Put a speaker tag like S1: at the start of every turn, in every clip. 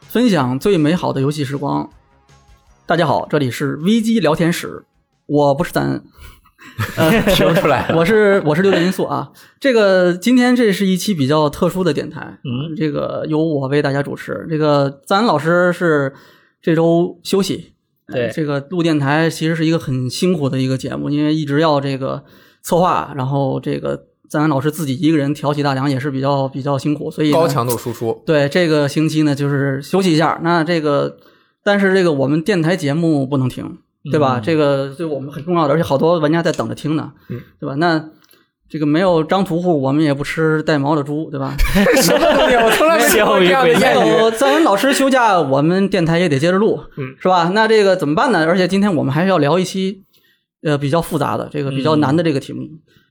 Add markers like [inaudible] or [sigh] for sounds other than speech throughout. S1: 分享最美好的游戏时光。大家好，这里是 VG 聊天室，我不是咱，
S2: [laughs] 听不出来了
S1: 我是我是六点因素啊。这个今天这是一期比较特殊的电台，
S2: 嗯，
S1: 这个由我为大家主持。这个咱老师是这周休息，呃
S2: 对
S1: 这个录电台其实是一个很辛苦的一个节目，因为一直要这个策划，然后这个咱老师自己一个人挑起大梁也是比较比较辛苦，所以呢
S3: 高强度输出，
S1: 对，这个星期呢就是休息一下。那这个，但是这个我们电台节目不能停，对吧？这个对我们很重要的，而且好多玩家在等着听呢，
S3: 嗯
S1: 对吧？那这个没有张屠户，我们也不吃带毛的猪，对吧？
S3: 什么东西？我从来没听过这样
S1: [laughs]
S3: 的
S1: 没
S3: 谚语。
S1: 有赞恩老师休假，我们电台也得接着录，
S3: 嗯
S1: 是吧？那这个怎么办呢？而且今天我们还是要聊一期，呃，比较复杂的这个比较难的这个题目，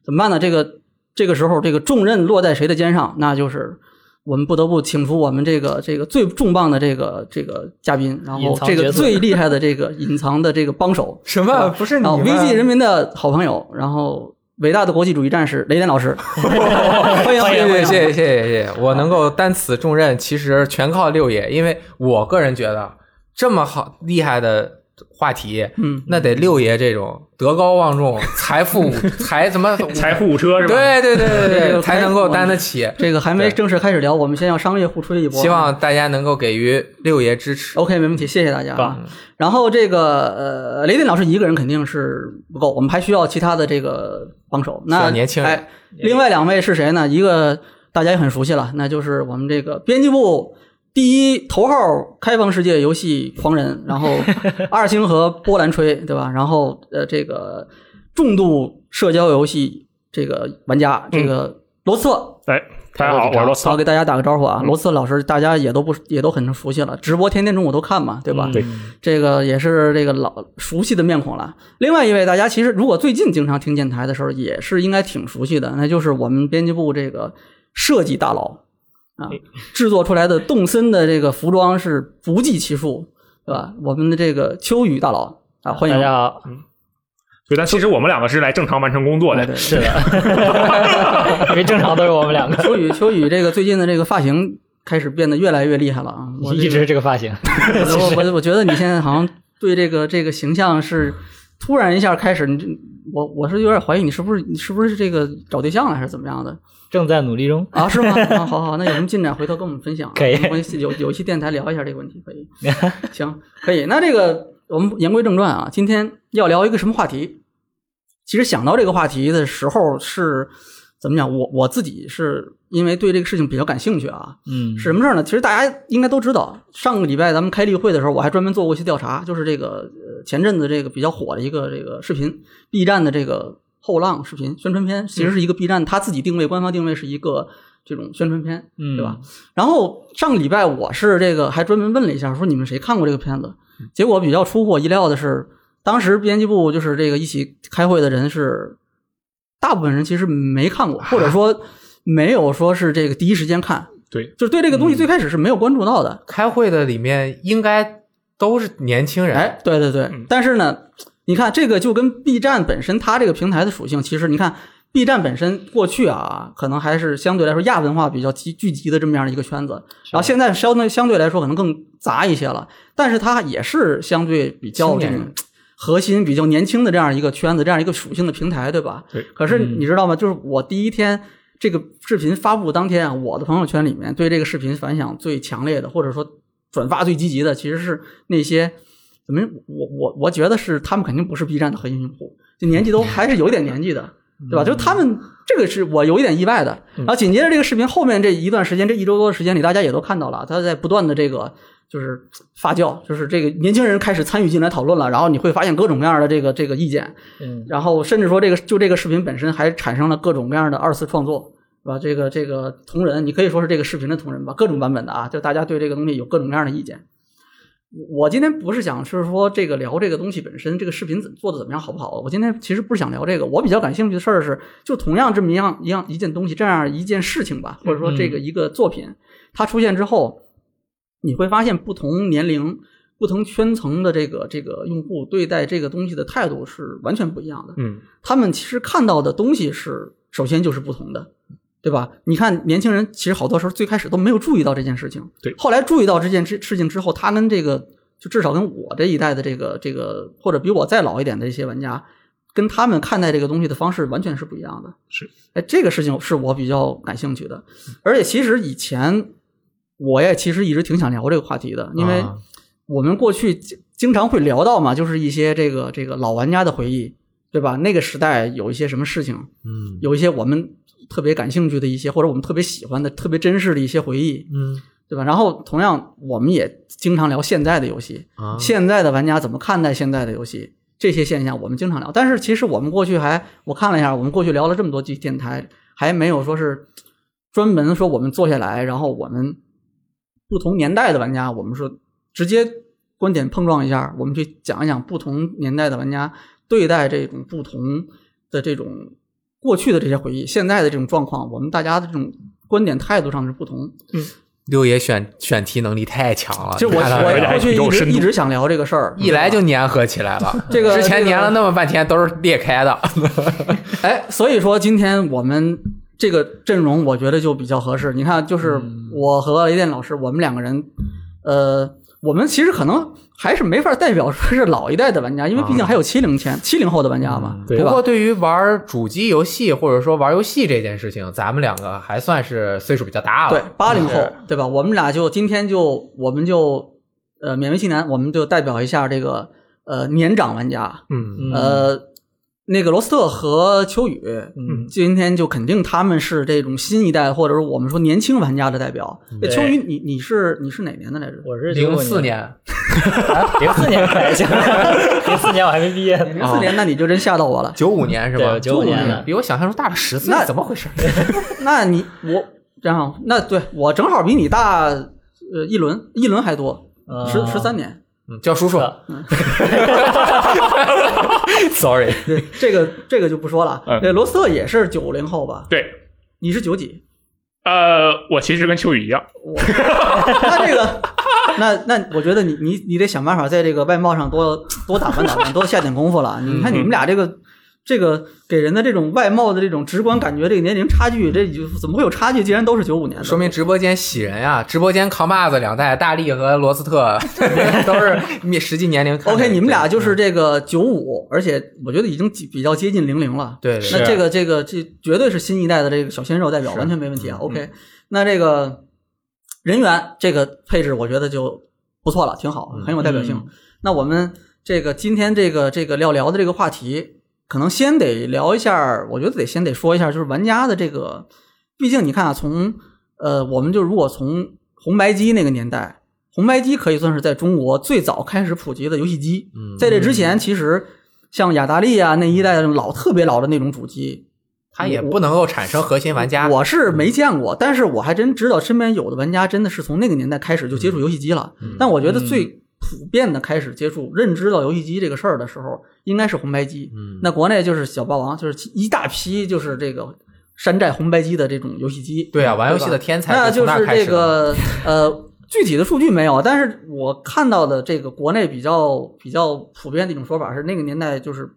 S1: 怎么办呢？这个这个时候，这个重任落在谁的肩上？那就是我们不得不请出我们这个这个最重磅的这个这个嘉宾，然
S2: 隐
S1: 后
S2: 藏
S1: 这个
S2: 角色
S1: 最厉害的这个隐藏的这个帮手，
S3: 什么？不 [laughs] 是你
S1: 然后
S3: 吗
S1: VG 人民的好朋友，然后伟大的国际主义战士雷电老师，欢迎欢迎，
S3: 谢谢谢谢谢谢谢谢，我能够担此重任，其实全靠六爷，因为我个人觉得这么好厉害的话题，
S1: 嗯，
S3: 那得六爷这种德高望重、财富 [laughs] 财什
S1: [laughs]
S3: 么
S4: 财富五车是吧？，
S3: 对对对对
S1: 这 [laughs] 个
S3: 对，才能够担得起。
S1: 这个还没
S3: 对
S1: 正式开始聊，我们先要商业互吹一波啊。
S3: 希望大家能够给予六爷支持。
S1: OK 没问题，谢谢大家啊。然后这个呃，雷电老师一个人肯定是不够，我们还需要其他的这个帮手。
S3: 需
S1: 那
S3: 要年轻人
S1: 哎，另外两位是谁呢？一个大家也很熟悉了，那就是我们这个编辑部。第一头号开放世界游戏狂人，
S3: [laughs]
S1: 然后二星和波兰吹，对吧？然后呃，这个重度社交游戏这个玩家，
S3: 嗯
S1: 这个罗策，
S4: 哎，大家好，我是罗斯
S1: 好，。给大家打个招呼啊，罗斯老师，大家也都不也都很熟悉了，直播天天中午都看嘛，对吧？
S4: 对，
S1: 这个也是这个老熟悉的面孔了。另外一位，大家其实如果最近经常听电台的时候，也是应该挺熟悉的，那就是我们编辑部这个设计大佬啊，制作出来的动森的这个服装是不计其数，对吧？我们的这个秋雨大佬啊，欢迎
S2: 大家好，
S4: 对，但其实我们两个是来正常完成工作
S1: 对对
S4: 的。
S1: 对
S2: 是的， [laughs] 因为正常都是我们两个，
S1: 秋雨，秋雨这个最近的这个发型开始变得越来越厉害了啊，我这个
S2: 一直这个发型，
S1: 我我我觉得你现在好像对这个这个形象是突然一下开始，你这我我是有点怀疑你是不是你是不是这个找对象了还是怎么样的
S2: 正在努力中。
S1: 啊？是吗？啊，好好，那有什么进展回头跟我们分享。啊
S2: 可以
S1: 我们有有一期电台聊一下这个问题，可以。 [laughs] 行，可以。那这个我们言归正传啊，今天要聊一个什么话题？其实想到这个话题的时候是怎么讲？我我自己是因为对这个事情比较感兴趣啊，
S2: 嗯，
S1: 是什么事儿呢？其实大家应该都知道，上个礼拜咱们开例会的时候，我还专门做过一些调查，就是这个呃前阵子这个比较火的一个这个视频，B 站的这个后浪视频宣传片，其实是一个 B 站它自己定位，官方定位是一个这种宣传片，
S2: 嗯
S1: 对吧？然后上个礼拜我是这个还专门问了一下，说你们谁看过这个片子？结果比较出乎我意料的是，当时编辑部就是这个一起开会的人是大部分人其实没看过，或者说没有说是这个第一时间看。
S4: 对，
S1: 就是对这个东西最开始是没有关注到的。
S3: 开会的里面应该都是年轻人，
S1: 哎，对对对，
S4: 嗯
S1: 但是呢，你看这个就跟 B 站本身它这个平台的属性，其实你看 B 站本身过去啊，可能还是相对来说亚文化比较集聚集的这么样一个圈子，然后现在相对相对来说可能更杂一些了，但是它也是相对比较
S3: 青
S1: 这
S3: 年
S1: 种。核心比较年轻的这样一个圈子，这样一个属性的平台，对吧？
S4: 对
S1: 可是
S3: 嗯
S1: 你知道吗？就是我第一天这个视频发布当天啊，我的朋友圈里面对这个视频反响最强烈的，或者说转发最积极的，其实是那些怎么我我我觉得是他们肯定不是 B 站的核心用户，就年纪都还是有一点年纪的，对吧？就是他们这个是我有一点意外的。然后紧接着这个视频后面这一段时间，这一周多的时间里，大家也都看到了，他在不断的这个就是发酵，就是这个年轻人开始参与进来讨论了，然后你会发现各种各样的这个这个意见，
S2: 嗯，
S1: 然后甚至说这个就这个视频本身还产生了各种各样的二次创作，是吧？这个这个同人，你可以说是这个视频的同人吧，各种版本的啊，就大家对这个东西有各种各样的意见。我我今天不是想是说这个聊这个东西本身，这个视频怎做的怎么样好不好？我今天其实不是想聊这个，我比较感兴趣的事儿是，就同样这么一样一样一件东西，这样一件事情吧，或者说这个一个作品，它出现之后，你会发现不同年龄、不同圈层的这个这个用户对待这个东西的态度是完全不一样的。
S4: 嗯，
S1: 他们其实看到的东西是首先就是不同的，对吧？你看年轻人其实好多时候最开始都没有注意到这件事情，
S4: 对
S1: 后来注意到这件事事情之后，他跟这个就至少跟我这一代的这个这个或者比我再老一点的一些玩家，跟他们看待这个东西的方式完全是不一样的。
S4: 是，
S1: 哎，这个事情是我比较感兴趣的，而且其实以前我也其实一直挺想聊这个话题的，因为
S3: 啊
S1: 我们过去经经常会聊到嘛，就是一些这个这个老玩家的回忆，对吧？那个时代有一些什么事情，
S3: 嗯
S1: 有一些我们特别感兴趣的一些，或者我们特别喜欢的、特别真实的一些回忆，
S3: 嗯
S1: 对吧？然后同样，我们也经常聊现在的游戏，
S3: 啊
S1: 现在的玩家怎么看待现在的游戏这些现象，我们经常聊。但是其实我们过去还，我看了一下，我们过去聊了这么多期电台，还没有说是专门说我们坐下来，然后我们不同年代的玩家，我们说直接观点碰撞一下，我们去讲一讲不同年代的玩家对待这种不同的这种过去的这些回忆，现在的这种状况，我们大家的这种观点态度上是不同。
S3: 六爷选选题能力太强了，
S1: 就我
S3: 你看他
S1: 我过
S4: 有点
S1: 去
S4: 有
S1: 一直
S4: 深度
S1: 一直想聊这个事儿，
S3: 一来就粘合起来了。
S1: 这个
S3: 之前
S1: 这个
S3: 粘了那么半天都是裂开的，
S1: 哎，所以说今天我们这个阵容，我觉得就比较合适。你看，就是我和雷电老师，我们两个人，呃，我们其实可能还是没法代表说是老一代的玩家，因为毕竟还有七零前、七零后的玩家嘛，
S4: 对
S1: 吧
S3: 不？过对于玩主机游戏或者说玩游戏这件事情，咱们两个还算是岁数比较大了。
S1: 对，八零后
S3: 是，
S1: 对吧？我们俩就今天就我们就呃勉为其难，我们就代表一下这个呃年长玩家，
S4: 嗯，
S2: 嗯
S1: 呃，那个罗斯特和秋雨，嗯，今天就肯定他们是这种新一代或者说我们说年轻玩家的代表。哎
S2: 对
S1: 秋雨，你你是你是哪年的来着？
S2: 我是
S3: 零四，年，
S2: 啊零四年开
S1: [laughs]
S2: 始，零四年我还没毕业呢。
S3: 啊
S1: 零四年，那你就真吓到我了。
S3: 九五年是吧？
S2: 对95年的
S3: 比我想象中大了十岁
S1: 那，
S3: 怎么回事？
S1: [laughs] 那你我然后那对我正好比你大呃一轮一轮还多，
S3: 啊
S2: 嗯
S1: 十十三年。
S3: 嗯叫叔叔
S2: 是。
S3: Sorry，
S1: 对，这个这个就不说了。
S4: 嗯
S3: 哎
S1: 对，罗斯特也是九零后吧？
S4: 对，
S1: 你是九几？
S4: 呃，我其实跟秋雨一样，
S1: 那这个，那那我觉得你你你得想办法在这个外貌上多多打扮打扮，多下点功夫
S3: 嗯
S1: 了。你看你们俩这个这个给人的这种外貌的这种直观感觉，这个年龄差距，这就怎么会有差距？既然都是九五年的，
S3: 说明直播间喜人呀、直播间扛把子两代，大力和罗斯特 [laughs] 都是你实际年龄看的。
S1: OK，你们俩
S3: 对嗯
S1: 就是这个九五，而且我觉得已经几比较接近零零了。
S3: 对，对
S1: 那
S3: 对
S1: 这个这个这绝对是新一代的这个小鲜肉代表，
S3: 是
S1: 完全没问题
S2: 嗯
S1: 啊。OK，那这个人员这个配置，我觉得就不错了，挺好，很有代表性。
S2: 嗯
S1: 那我们这个今天这个这个要聊的这个话题，可能先得聊一下，我觉得得先得说一下，就是玩家的这个，毕竟你看啊，从呃，我们就如果从红白机那个年代，红白机可以算是在中国最早开始普及的游戏机。
S3: 嗯
S1: 在这之前，其实像雅达利啊那一代的老特别老的那种主机，
S3: 他也不能够产生核心玩家。
S1: 我是
S3: 嗯
S1: 没见过，但是我还真知道身边有的玩家真的是从那个年代开始就接触
S3: 嗯
S1: 游戏机了。但我觉得最普遍的开始接触、认知到游戏机这个事儿的时候，应该是红白机。
S3: 嗯
S1: 那国内就是小霸王，就是一大批就是这个山寨红白机的这种游戏机。
S3: 对啊，玩游戏的天才
S1: 那
S3: 从
S1: 就
S3: 那
S1: 是
S3: 开始
S1: 这
S3: [laughs]
S1: 个呃，具体的数据没有，但是我看到的这个国内比较比较普遍的一种说法是，那个年代就是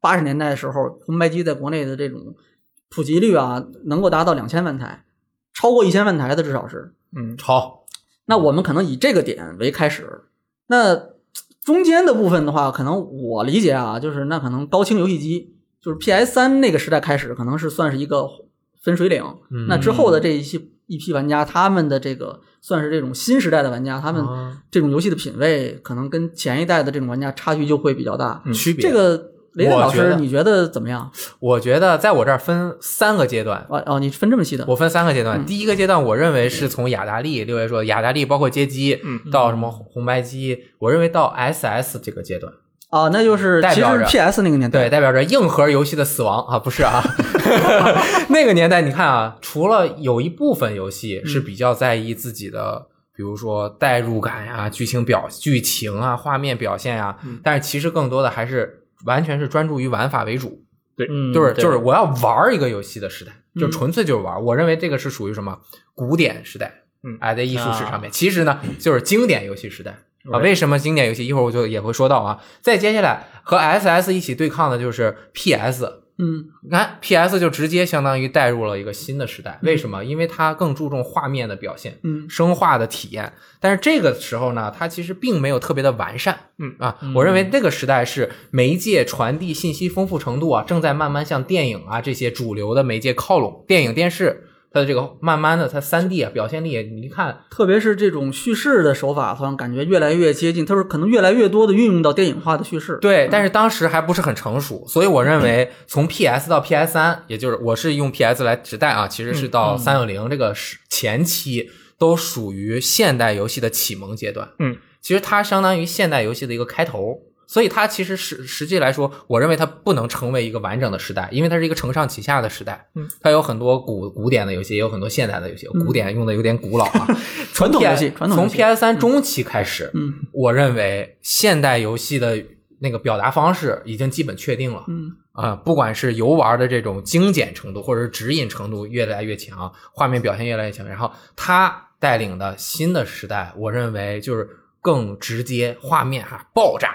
S1: 八十年代的时候，红白机在国内的这种普及率啊，能够达到两千万台，超过一千万台的至少是。
S4: 嗯，
S3: 超
S1: 那我们可能以这个点为开始，那中间的部分的话，可能我理解啊，就是那可能高清游戏机，就是 PS 三那个时代开始，可能是算是一个分水岭。
S3: 嗯
S1: 那之后的这一些一批玩家，他们的这个算是这种新时代的玩家，他们
S3: 啊
S1: 这种游戏的品味，可能跟前一代的这种玩家差距就会比较大。
S3: 嗯区别。
S1: 这个雷电
S3: 我
S1: 老
S3: 觉
S1: 师，
S3: 得
S1: 你觉得怎么样？
S3: 我觉得在我这儿分三个阶段，
S1: 哦哦，你分这么细的？
S3: 我分三个阶段。
S1: 嗯
S3: 第一个阶段，我认为是从雅达利，六爷说的雅达利包括街机
S4: 嗯
S3: 到什么红白机，我认为到 SS 这个阶段。
S1: 啊，那就是
S3: 代
S1: 其
S3: 表
S1: 实
S3: 着
S1: PS 那个年
S3: 对，
S1: 代，
S3: 代表着硬核游戏的死亡啊，不是啊， [laughs] 那个年代你看啊，除了有一部分游戏是比较在意自己的，比如说代入感呀、剧情表、剧情啊、画面表现呀、
S4: 嗯
S3: 但是其实更多的还是完全是专注于玩法为主，
S2: 嗯，
S3: 就是
S2: 对
S3: 就是我要玩一个游戏的时代，
S1: 嗯
S3: 就纯粹就是玩。我认为这个是属于什么古典时代，
S4: 嗯
S3: 哎，在艺术史上面，其实呢就是经典游戏时代啊。
S4: Right
S3: 为什么经典游戏？一会儿我就也会说到啊。再接下来和 SS 一起对抗的就是 PS。
S1: 嗯
S3: 你看 PS 就直接相当于带入了一个新的时代，为什么？因为它更注重画面的表现。
S1: 嗯
S3: 生化的体验，但是这个时候呢，它其实并没有特别的完善，
S4: 嗯
S3: 啊，我认为那个时代是媒介传递信息丰富程度啊，正在慢慢向电影啊这些主流的媒介靠拢，电影、电视，它的这个慢慢的它三 D 啊表现力，你一看，
S1: 特别是这种叙事的手法，好像感觉越来越接近，它是可能越来越多的运用到电影化的叙事。
S3: 对，但是当时还不是很成熟，所以我认为从 PS 到 PS 三，也就是我是用 PS 来指代啊，其实
S1: 嗯
S3: 是到三六零这个时前期，都属于现代游戏的启蒙阶段。
S4: 嗯，
S3: 其实它相当于现代游戏的一个开头。所以它其实实实际来说，我认为它不能成为一个完整的时代，因为它是一个承上启下的时代。
S4: 嗯，
S3: 它有很多古古典的游戏，也有很多现代的游戏。古典用的有点古老啊，
S1: 嗯 [laughs] 传统游戏
S3: PS
S1: 传统游
S3: 从
S1: 戏
S3: PS 三中期开始，
S1: 嗯
S3: 我认为现代游戏的那个表达方式已经基本确定了
S1: 嗯
S3: 啊、不管是游玩的这种精简程度，或者是指引程度越来越强，画面表现越来越强，然后它带领的新的时代，我认为就是更直接，画面哈、爆炸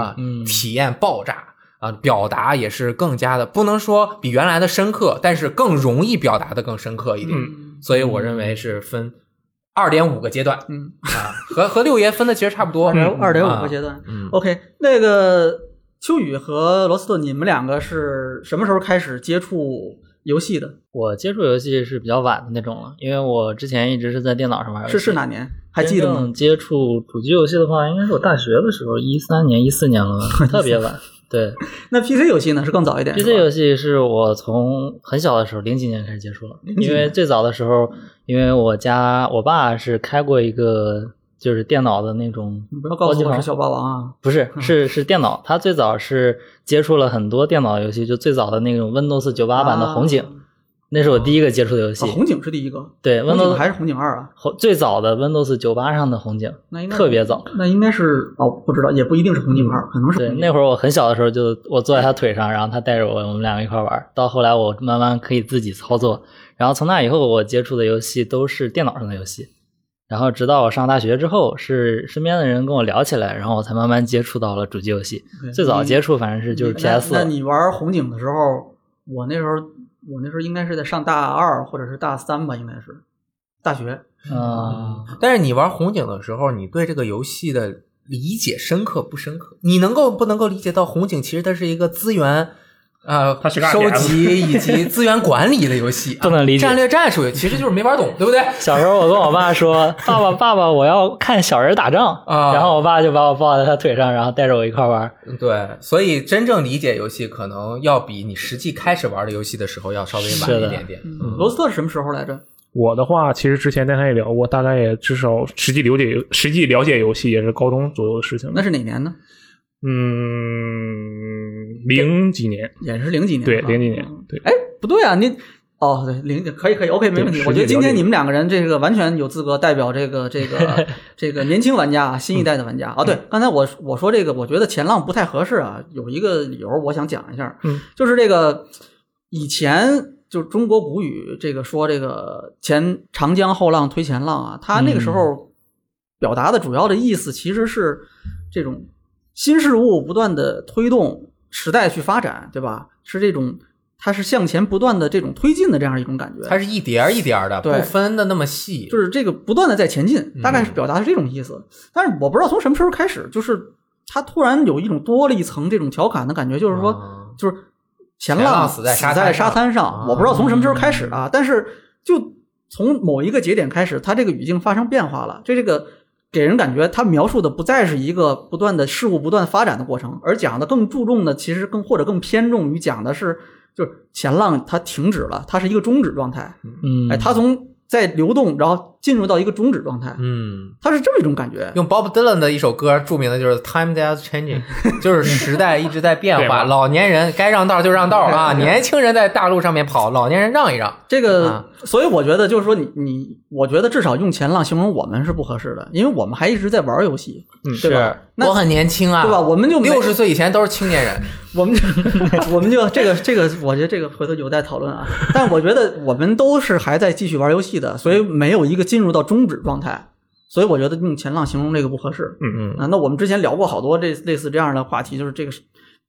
S3: 啊、
S2: 嗯嗯
S3: 体验爆炸。啊，表达也是更加的，不能说比原来的深刻，但是更容易表达的更深刻一点。
S1: 嗯
S3: 所以我认为是分二点五个阶段
S1: 嗯，
S3: 啊，和 [laughs] 和六爷分的其实差不多，
S1: 二点五个
S3: 啊
S1: 阶段。
S3: 嗯，
S1: OK，那个秋雨和罗斯特，你们两个是什么时候开始接触游戏的？
S2: 我接触游戏是比较晚的那种了，因为我之前一直呃是在电脑上玩游戏。
S1: 是是哪年？还记得
S2: 真
S1: 吗
S2: 正？接触主机游戏的话，应该是我大学的时候，一三年、一四年了
S1: [laughs]
S2: 吧，特别晚。对
S1: 那 PC 游戏呢？是更早一点
S2: ，PC
S1: 是吧
S2: 游戏是我从很小的时候，零几年开始接触了，因为最早的时候，因为我家我爸是开过一个就是电脑的那种
S1: 嗯你不要告
S2: 包机
S1: 诉我
S2: 房
S1: 是小霸王啊！
S2: 不是，是是电脑。他最早是接触了很多电脑游戏，就最早的那种 Windows 九八版的红警，
S1: 啊
S2: 那是我第一个接触的游戏。
S1: 啊红警是第一个，
S2: 对
S1: 红警
S2: ，Windows
S1: 还是红警二啊？
S2: 红最早的 Windows 九八上的红警，
S1: 那应该
S2: 特别早。
S1: 那应该是哦，不知道，也不一定是红警二，可能是
S2: 对，
S1: 红警
S2: 那会儿我很小的时候就我坐在他腿上，然后他带着我，我们两个一块儿玩儿。到后来我慢慢可以自己操作，然后从那以后我接触的游戏都是电脑上的游戏。然后直到我上大学之后，是身边的人跟我聊起来，然后我才慢慢接触到了主机游戏。
S1: 对
S2: 最早
S1: 你
S2: 接触反正是就是 PS 四
S1: 那。那你玩红警的时候，我那时候我那时候应该是在上大二或者是大三吧，应该是大学。
S2: 啊，
S3: 但是你玩红警的时候，你对这个游戏的理解深刻不深刻？你能够不能够理解到红警其实它是一个资源？呃，
S4: 它是个
S3: 收
S4: RDM
S3: 集以及资源管理的游戏，
S2: 不 [laughs] 能理解
S3: 啊战略战术其实就是没玩懂，对不对？
S2: 小时候我跟我爸说：“爸爸，爸爸，我要看小人打仗。”
S3: 啊
S2: 然后我爸就把我抱在他腿上，然后带着我一块儿玩儿。
S3: 对，所以真正理解游戏，可能要比你实际开始玩的游戏的时候要稍微晚
S2: 是
S3: 一
S2: 的
S3: 点点。
S2: 嗯
S1: 罗斯特是什么时候来着？
S4: 我的话，其实之前跟他也聊过，大概也至少实际了解实际了解游戏也是高中左右的事情了。
S1: 那是哪年呢？
S4: 嗯，零几年，啊
S1: 也是零几年吧。
S4: 对，零几年
S1: 嗯，
S4: 对，
S1: 哎，不对啊，你哦，对，零可以可以，OK，没问题。
S4: 对
S1: 我觉得
S4: 实际
S1: 今
S4: 了解
S1: 天你们两个人这个完全有资格代表这个这
S4: [laughs]
S1: 个这个年轻玩家啊，新一代的玩家啊。对，
S4: 嗯
S1: 刚才我我说这个，我觉得前浪不太合适啊，有一个理由我想讲一下，
S4: 嗯，
S1: 就是这个以前。就中国古语这个说这个前长江后浪推前浪啊，他那个时
S3: 嗯
S1: 候表达的主要的意思其实是这种新事物不断的推动时代去发展，对吧？是这种，它是向前不断的这种推进的这样一种感觉，
S3: 它是一叠儿一叠儿的，不
S1: 对
S3: 分的那么细。
S1: 就是这个不断的在前进，大
S3: 嗯
S1: 概是表达是这种意思。但是我不知道从什么时候开始，就是它突然有一种多了一层这种调侃的感觉，就是说，
S3: 啊
S1: 就是前
S3: 前
S1: 浪
S3: 浪死在沙滩
S1: 在
S3: 上
S1: 沙滩上
S3: 啊，
S1: 我不知道从什么时候开始啊，但是就从某一个节点开始，它这个语境发生变化了，这这个给人感觉它描述的不再是一个不断的事物不断发展的过程，而讲的更注重的其实更或者更偏重于讲的是就是前浪它停止了，它是一个终止状态，
S2: 嗯，
S1: 哎，它从在流动，然后进入到一个终止状态，
S3: 嗯，
S1: 它是这么一种感觉，
S3: 用 Bob Dylan 的一首歌著名的就是 “Time that is changing”，就
S1: [laughs]
S3: 是时代一直在变
S4: 对
S3: 化，
S4: 吧
S3: 老年人该让道就让道啊，
S1: 对对对
S3: 年轻人在大路上面跑，老年人让一让。
S1: 这个，
S3: 啊
S1: 所以我觉得就是说你你，我觉得至少用前浪形容我们是不合适的，因为我们还一直在玩游戏，
S4: 嗯
S1: 对吧？那
S3: 我很年轻啊，
S1: 对吧？？我们就没
S3: 六十，岁以前都是青年人，
S1: 我们就我们就这个这个，我觉得这个回头有待讨论啊。但我觉得我们都是还在继续玩游戏的，所以没有一个进入到终止状态，所以我觉得用前浪形容这个不合适。
S4: 嗯
S3: 嗯
S1: 啊，那我们之前聊过好多这类似这样的话题，就是这个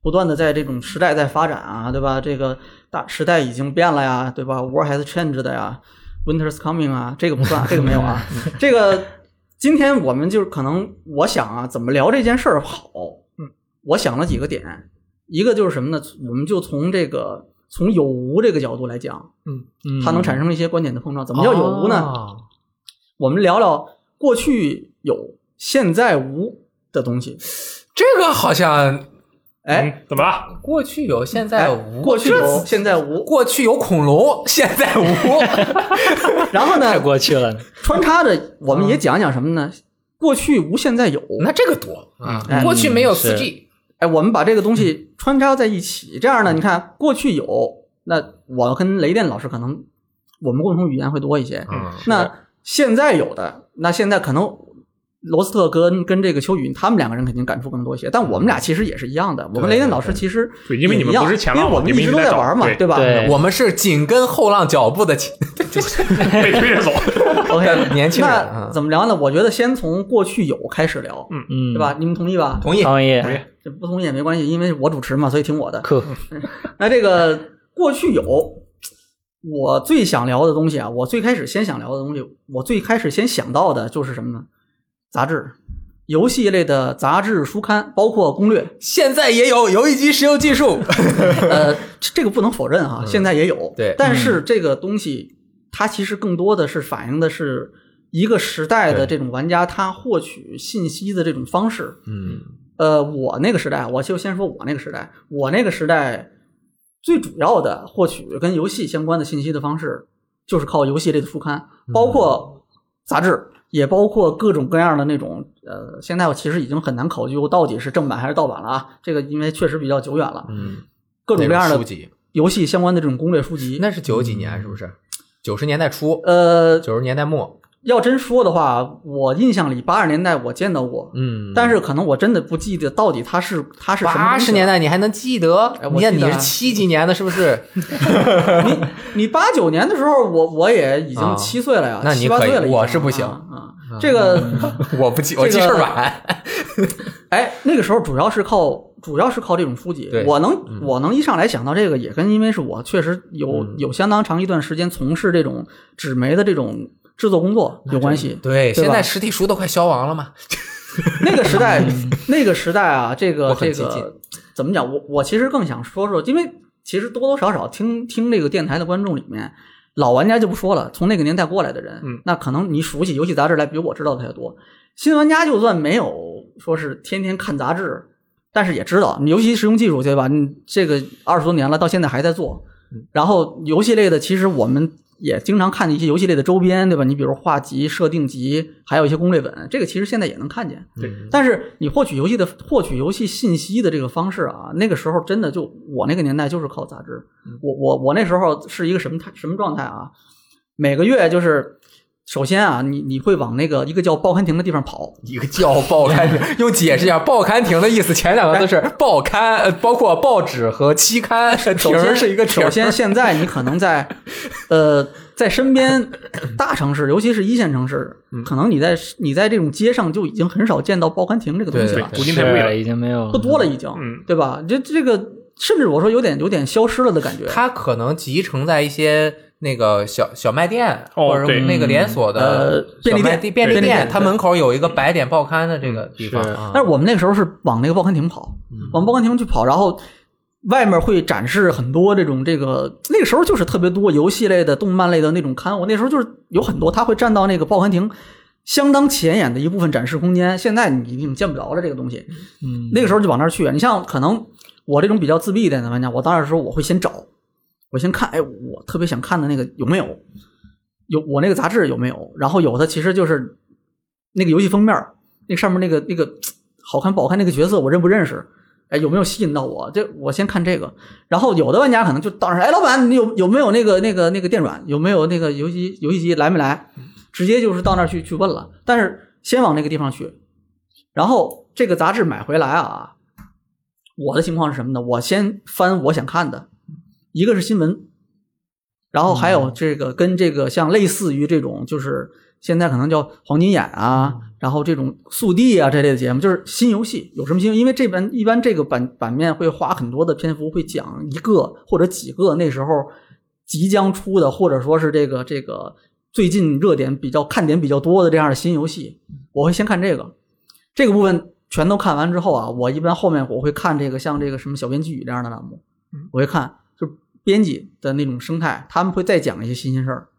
S1: 不断的在这种时代在发展啊，对吧？这个大时代已经变了呀，对吧？War has changed 的呀，Winter's coming 啊，这个不算，这个没有啊。这个今天我们就是可能我想啊，怎么聊这件事儿好？嗯，我想了几个点，一个就是什么呢？我们就从这个从有无这个角度来讲，
S2: 嗯
S1: 它能产生一些观点的碰撞。怎么叫有无呢？
S3: 哦
S1: 我们聊聊过去有，现在无的东西。
S3: 这个好像
S1: 哎，
S4: 嗯，怎么了？
S3: 过去有，现
S1: 哎
S3: 在无。
S1: 过去
S3: 这
S1: 有，现在无。
S3: 过去有恐龙，现在
S1: [laughs]
S3: 无。
S1: 然后
S2: 太
S1: 呢，
S2: [laughs] 过去
S1: [laughs]
S2: 了，
S1: 穿插着我们也讲讲什么呢？过去无，现在有。
S3: 那这个多啊
S1: 哎，
S3: 过去没有四
S2: 是
S3: G，
S1: 哎，我们把这个东西穿插在一起，这样呢，你看过去有，那我跟雷电老师可能我们共同语言会多一些。
S3: 嗯
S1: 那现在有的，那现在可能罗斯特跟跟这个邱宇他们两个人肯定感触更多一些，但我们俩其实也是一样的。我跟雷电老师其实
S4: 对因为你
S1: 也一
S4: 们
S1: 样
S4: 不是前
S1: 因
S4: 浪
S1: 为我们
S4: 你
S1: 一
S4: 们
S1: 直
S4: 一直
S1: 都
S4: 在
S1: 在
S4: 找
S1: 玩嘛，
S4: 对
S1: 对吧
S2: 对
S3: 我们是紧跟后浪脚步的 [laughs] 前
S4: 被推 [laughs] 着走。
S1: ？OK，
S3: 年轻人
S1: 那
S3: 啊
S1: 怎么聊呢？我觉得先从过去有开始聊，
S2: 嗯，
S1: 对吧？？哎你们同意吧？
S3: 同意。
S2: 创业
S4: 同意
S1: 这不同意也没关系，因为我主持嘛，所以听我的。 [laughs]
S2: 酷，
S1: 那这个过去有我最想聊的东西啊，我最开始先想聊的东西，我最开始先想到的就是什么呢？杂志、游戏类的杂志、书刊，包括攻略。
S3: 现在也有游戏机石油技术，
S1: 呃，这这个不能否认哈，现在也有。
S3: 对
S1: 但是这个东西它其实更多的是反映的是一个时代的这种玩家他获取信息的这种方式。
S3: 嗯，
S1: 呃，我那个时代，我就先说我那个时代，我那个时代最主要的获取跟游戏相关的信息的方式，就是靠游戏类的书刊，
S3: 嗯
S1: 包括杂志，也包括各种各样的那种呃，现在我其实已经很难考究到底是正版还是盗版了啊，这个因为确实比较久远了，
S3: 嗯，
S1: 各种各样
S3: 那
S1: 的
S3: 种书籍，
S1: 游戏相关的这种攻略书籍。
S3: 那是九几年是不是？九十年代初，
S1: 呃，
S3: 九十年代末，嗯
S1: 要真说的话，我印象里八十年代我见到过，
S3: 嗯，
S1: 但是可能我真的不记得到底它是它是什么东西了。
S3: 八十年代你还能啊记得
S1: 哎？我
S3: 你看
S1: 记
S3: 你
S1: 得啊
S3: 是七几年的，是不是？
S1: 你八九年的时候，我我也已
S3: 啊
S1: 经七岁了呀，
S3: 那你
S1: 七八
S3: 可以
S1: 岁了已经，
S3: 我是不行
S1: 啊。啊这个，
S3: [laughs]
S1: [laughs]
S3: 我不记，
S1: 这个
S3: 我记事儿晚。
S1: 哎，那个时候主要是靠主要是靠这种书籍
S3: 对。
S1: 我能我能一上来想到这个，也跟因为是我确实有
S3: 嗯
S1: 有相当长一段时间从事这种纸媒的这种制作工作
S3: 啊
S1: 有关系。
S3: [laughs] 对，
S1: 对吧
S3: [laughs] 现在实体书都快消亡了嘛。
S1: [laughs] 那个时代，那个时代啊，这
S3: 嗯我
S1: 个
S3: 很
S1: 这
S3: 激进
S1: 个怎么讲？我我其实更想说说，因为其实多多少少听听这个电台的观众里面，老玩家就不说了，从那个年代过来的人，
S4: 嗯
S1: 那可能你熟悉游戏杂志来比我知道的还多。新玩家就算没有说是天天看杂志，但是也知道，你游戏使用技术对吧？你这个二十多年了，到现在还在做。
S3: 嗯
S1: 然后游戏类的，其实我们也经常看一些游戏类的周边，对吧？你比如画集、设定集，还有一些攻略本，这个其实现在也能看见。
S4: 对
S1: 但是你获取游戏的获取游戏信息的这个方式啊，那个时候真的就我那个年代就是靠杂志。
S3: 嗯
S1: 我我我那时候是一个什么态什么状态啊？每个月就是首先啊，你你会往那个一个叫报刊亭的地方跑，
S3: 一个叫报刊 [laughs] 亭，用解释一下报刊亭的意思。前两个字是报刊，呃包括报纸和期刊。
S1: 首
S3: 亭
S1: 先
S3: 儿是一个亭儿
S1: 首
S3: [laughs]
S1: 先，现在你可能在，呃，在身边大城市，尤其是一线城市，
S3: 嗯
S1: 可能你在你在这种街上就已经很少见到报刊亭这个东西
S3: 对
S1: 了，
S4: 古今太不一样
S2: 是已经没有
S1: 不
S2: [laughs]
S1: 多了已经，
S4: 嗯
S1: 对吧？这这个甚至我说有点有点消失了的感
S3: [laughs]
S1: 觉。
S3: 它可能集成在一些那个小小卖店，
S4: 哦
S3: 或者
S4: 对
S3: 那个连锁的
S1: 呃便利店
S3: 小卖便利
S1: 便利
S3: 店，
S1: 店嗯
S3: 它门口有一个摆点报刊的这个地方
S2: 是
S3: 啊。
S1: 但是我们那个时候是往那个报刊亭跑，往报刊亭去跑，然后外面会展示很多这种这个，那个时候就是特别多游戏类的、动漫类的那种刊物。那时候就是有很多，他会站到那个报刊亭相当显眼的一部分展示空间。现在你你见不着了这个东西，
S2: 嗯，
S1: 那个时候就往那儿去。你像可能我这种比较自闭一点的玩家，我当时说我会先找，我先看，哎，我特别想看的那个有没有，有我那个杂志有没有？然后有的其实就是那个游戏封面儿，那上面那个那个好看不好看那个角色我认不认识，哎，有没有吸引到我？这我先看这个。然后有的玩家可能就当时，哎，老板，你有有没有那个那个那个电软？有没有那个游戏机游戏机来没来？直接就是到那儿去去问了。但是先往那个地方去，然后这个杂志买回来啊，我的情况是什么呢？我先翻我想看的，一个是新闻，然后还有这个跟这个像类似于这种就是现在可能叫黄金眼啊，然后这种速递啊这类的节目，就是新游戏有什么新游戏？因为这边一般这个版版面会花很多的篇幅，会讲一个或者几个那时候即将出的，或者说是这个这个最近热点比较看点比较多的这样的新游戏，我会先看这个，这个部分全都看完之后啊，我一般后面我会看这个像这个什么小编剧语这样的栏目，我会看就编辑的那种生态，他们会再讲一些新鲜事儿。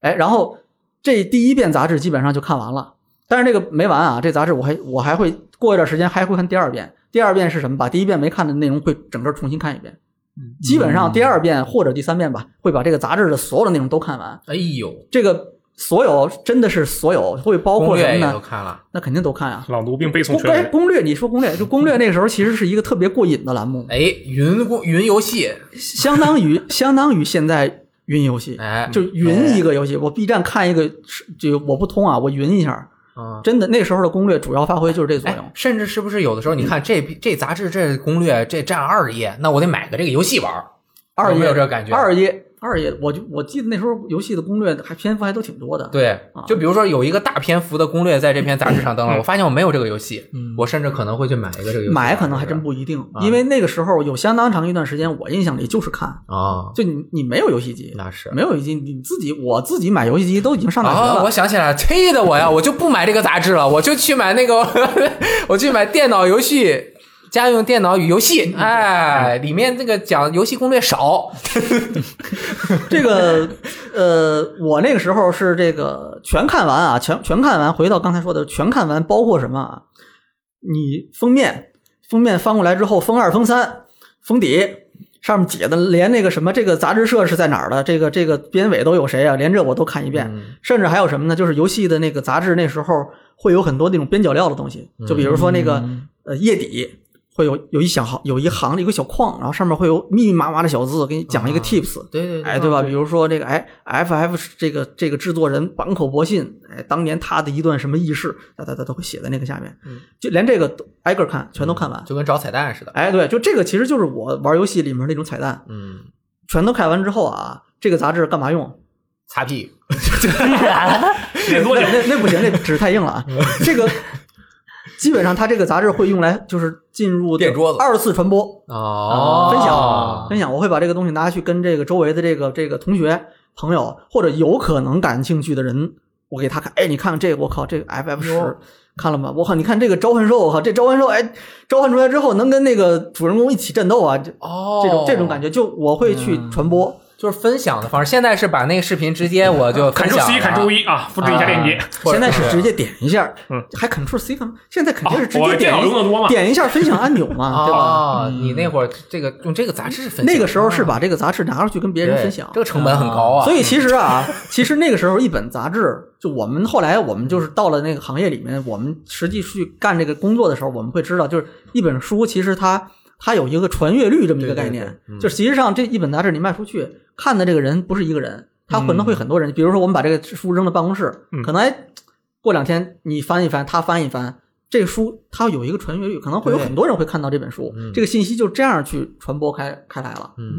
S1: 哎，然后这第一遍杂志基本上就看完了，但是这个没完啊，这杂志我还我还会过一段时间还会看第二遍。第二遍是什么？把第一遍没看的内容会整个重新看一遍。
S3: 嗯
S1: 基本上第二遍或者第三遍吧，会把这个杂志的所有的内容都看完。
S3: 哎呦，
S1: 这个所有真的是所有，会包
S3: 攻
S1: 括什
S3: 略
S1: 么
S3: 也都
S1: 呢？
S3: 看了。
S1: 那肯定都看啊。
S4: 朗读并背诵
S1: 攻哎，
S4: 全文。
S1: 攻略，你说攻略，就攻略那个时候其实是一个特别过瘾的栏目，
S3: 哎，云公云游戏，
S1: 相当于相当于现在云游
S3: [laughs]
S1: 戏，
S3: 哎，
S1: 就云一个游戏，我 B 站看一个是就我不通啊，我云一下，
S3: 啊，
S1: 真的那时候的攻略主要发挥就是这作用
S3: 哎，。甚至是不是有的时候，你看这
S1: 嗯
S3: 这杂志这攻略这占二页，那我得买个这个游戏玩儿。
S1: 二
S3: 有哎没
S1: 爷
S3: 有这个感觉啊
S1: 二爷二爷，我就我记得那时候游戏的攻略还篇幅还都挺多的。，
S3: 对
S1: 啊，嗯
S3: 就比如说有一个大篇幅的攻略在这篇杂志上登了，我发现我没有这个游戏，我甚至可能会去买一个这个游戏玩儿。啊
S1: 买可能还真不一定，因为那个时候有相当长一段时间，我印象里就是看，
S3: 啊，
S1: 就你你没有游戏机，
S3: 那是
S1: 没有游戏机，你自己我自己买游戏机都已经上大学
S3: 啊！
S1: 了。
S3: 我想起来了，气的我呀，我就不买这个杂志了，我就去买那个， [laughs] 我去买电脑游戏。家用电脑与游戏，哎，里面这个讲游戏攻略少，
S1: [laughs] 这个，呃，我那个时候是这个全看完啊，全全看完。回到刚才说的，全看完包括什么啊？你封面，封面翻过来之后，封二、封三、封底，上面写的连那个什么，这个杂志社是在哪儿的，这个这个编委都有谁啊？连这我都看一遍。甚至还有什么呢？就是游戏的那个杂志，那时候会有很多那种边角料的东西，就比如说那个、呃页底。会有有一小行有一行有一个小框，然后上面会有密密麻麻的小字，给你讲一个
S3: 啊
S1: tips，、
S3: 对对
S1: 哎，对吧？比如说这个，哎，FF 这个这个制作人坂口博信，哎，当年他的一段什么轶事，他他他都会写在那个下面，
S3: 嗯
S1: 就连这个都挨个看，全都看完。
S3: 就跟找彩蛋似的，
S1: 哎，对，就这个其实就是我玩游戏里面那种彩蛋，
S3: 嗯，
S1: 全都看完之后啊，这个杂志干嘛用？
S3: [laughs] 擦屁，
S1: 那 [laughs] 那那不行，那纸太硬了
S3: [laughs]
S1: 啊。这个基本上它这个杂志会用来就是进入
S3: 垫桌子
S1: 二次传播，
S3: 哦，
S1: 分享分享，我会把这个东西拿去跟这个周围的这个这个同学、朋友或者有可能感兴趣的人，我给他看，哎，你看这个，我靠，这个 FF 十看了吗？我靠，你看这个召唤兽，我靠，这召唤兽，哎，召唤出来之后能跟那个主人公一起战斗啊，这
S3: 哦，嗯
S1: 这种这种感觉，就我会去传播。
S3: 就是分享的方式。现在是把那个视频直接我就
S4: 砍
S3: 分
S4: 住
S3: 享
S4: C，砍住 V 啊，复制一下链接。
S1: 嗯现在是直接点一下，
S4: 嗯
S1: 还 Ctrl C 看吗？现在肯定是直
S4: 哦我
S1: 接
S4: 电
S1: 点
S4: 脑
S1: 一
S4: 用的多嘛
S1: 点一下分享按钮
S3: [laughs]
S1: 嘛，对吧？嗯
S3: 啊，你那会儿这个用这个杂志分享，啊
S1: 那个时候是把这个杂志拿出去跟别人分享
S3: 对，这个成本很高啊。
S1: 所
S3: 以
S1: 以其实啊， [laughs] 其实那个时候一本杂志，就我们后来我们就是到了那个行业里面，我们实际去干这个工作的时候，我们会知道，就是一本书其实它它有一个传阅率这么一个概念，
S3: 嗯
S1: 就实际上这一本杂志你卖出去，看的这个人不是一个人，他可
S3: 嗯
S1: 能会很多人。比如说我们把这个书扔到办公室，
S4: 嗯
S1: 可能哎过两天你翻一翻，他翻一翻。这个书它有一个传阅率，可能会有
S3: 对
S1: 很多人会看到这本书，这个信息就这样去传播开开来了。啊
S3: 嗯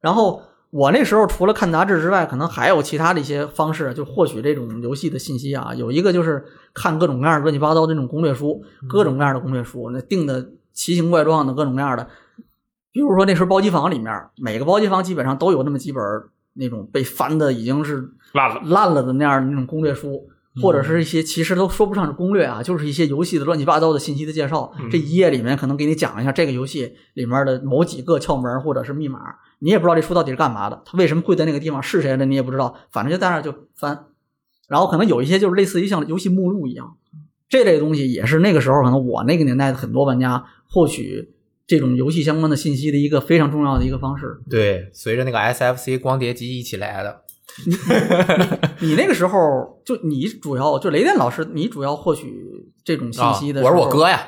S1: 然后我那时候除了看杂志之外，可能还有其他的一些方式，就获取这种游戏的信息啊。有一个就是看各种各样的乱七八糟的那种攻略书，
S3: 嗯
S1: 各种各样的攻略书，那定的奇形怪状的各种各样的。比如说那时候包机房里面，每个包机房基本上都有那么几本儿那种被翻的已经是
S4: 烂了，
S1: 烂了的那样的那种攻略书，或者是一些其实都说不上是攻略啊，就是一些游戏的乱七八糟的信息的介绍。这一页里面可能给你讲一下这个游戏里面的某几个窍门或者是密码，你也不知道这书到底是干嘛的，它为什么会在那个地方，是谁的你也不知道，反正就在那儿就翻。然后可能有一些就是类似于像游戏目录一样，这类东西也是那个时候可能我那个年代的很多玩家获取这种游戏相关的信息的一个非常重要的一个方式。
S3: 对，随着那个 SFC 光碟机一起来的，
S1: 你那个时候就你主要就雷电老师，你主要获取这种信息的、
S3: 啊我是我，
S1: [laughs]
S3: 哥呀，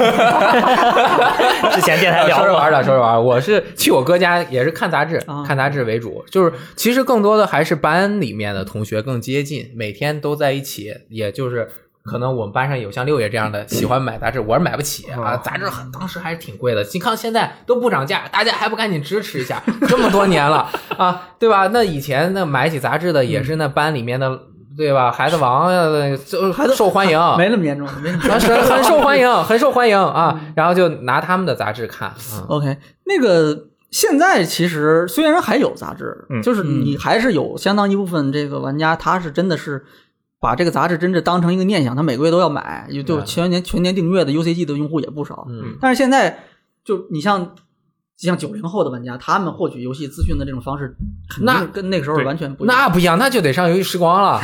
S3: 啊
S2: 之前电台
S3: 说
S2: 聊
S3: 着
S2: 过
S3: 玩儿的，说着玩儿。我是去我哥家，也是看杂志
S1: 啊，
S3: 看杂志为主。就是其实更多的还是班里面的同学更接近，每天都在一起，也就是。可能我们班上有像六爷这样的喜欢买杂志，我是买不起啊。
S4: 哦
S3: 杂志很当时还是挺贵的，你看现在都不涨价，大家还不赶紧支持一下？
S1: [laughs] 嗯
S3: 这么多年了啊，对吧？那以前那买起杂志的也是那班里面的对吧？孩子王呃就
S1: 孩子
S3: 受欢迎，
S1: 没那么严重，没那么严重
S3: 很很很受欢 [laughs] 迎，很受欢迎啊！然后就拿他们的杂志看，嗯
S1: OK，那个现在其实虽然还有杂志，
S4: 嗯
S1: 就是你还是有相当一部分这个玩家，他是真的是把这个杂志真是当成一个念想，他每个月都要买，也就
S3: 对
S1: 全年全年订阅的 UCG 的用户也不少。
S3: 嗯
S1: 但是现在就你像。像九零后的玩家，他们获取游戏资讯的这种方式，肯
S3: 那
S1: 定跟那个时候
S4: 对
S1: 完全不一样。
S3: 那不一样，那就得上游戏时光了，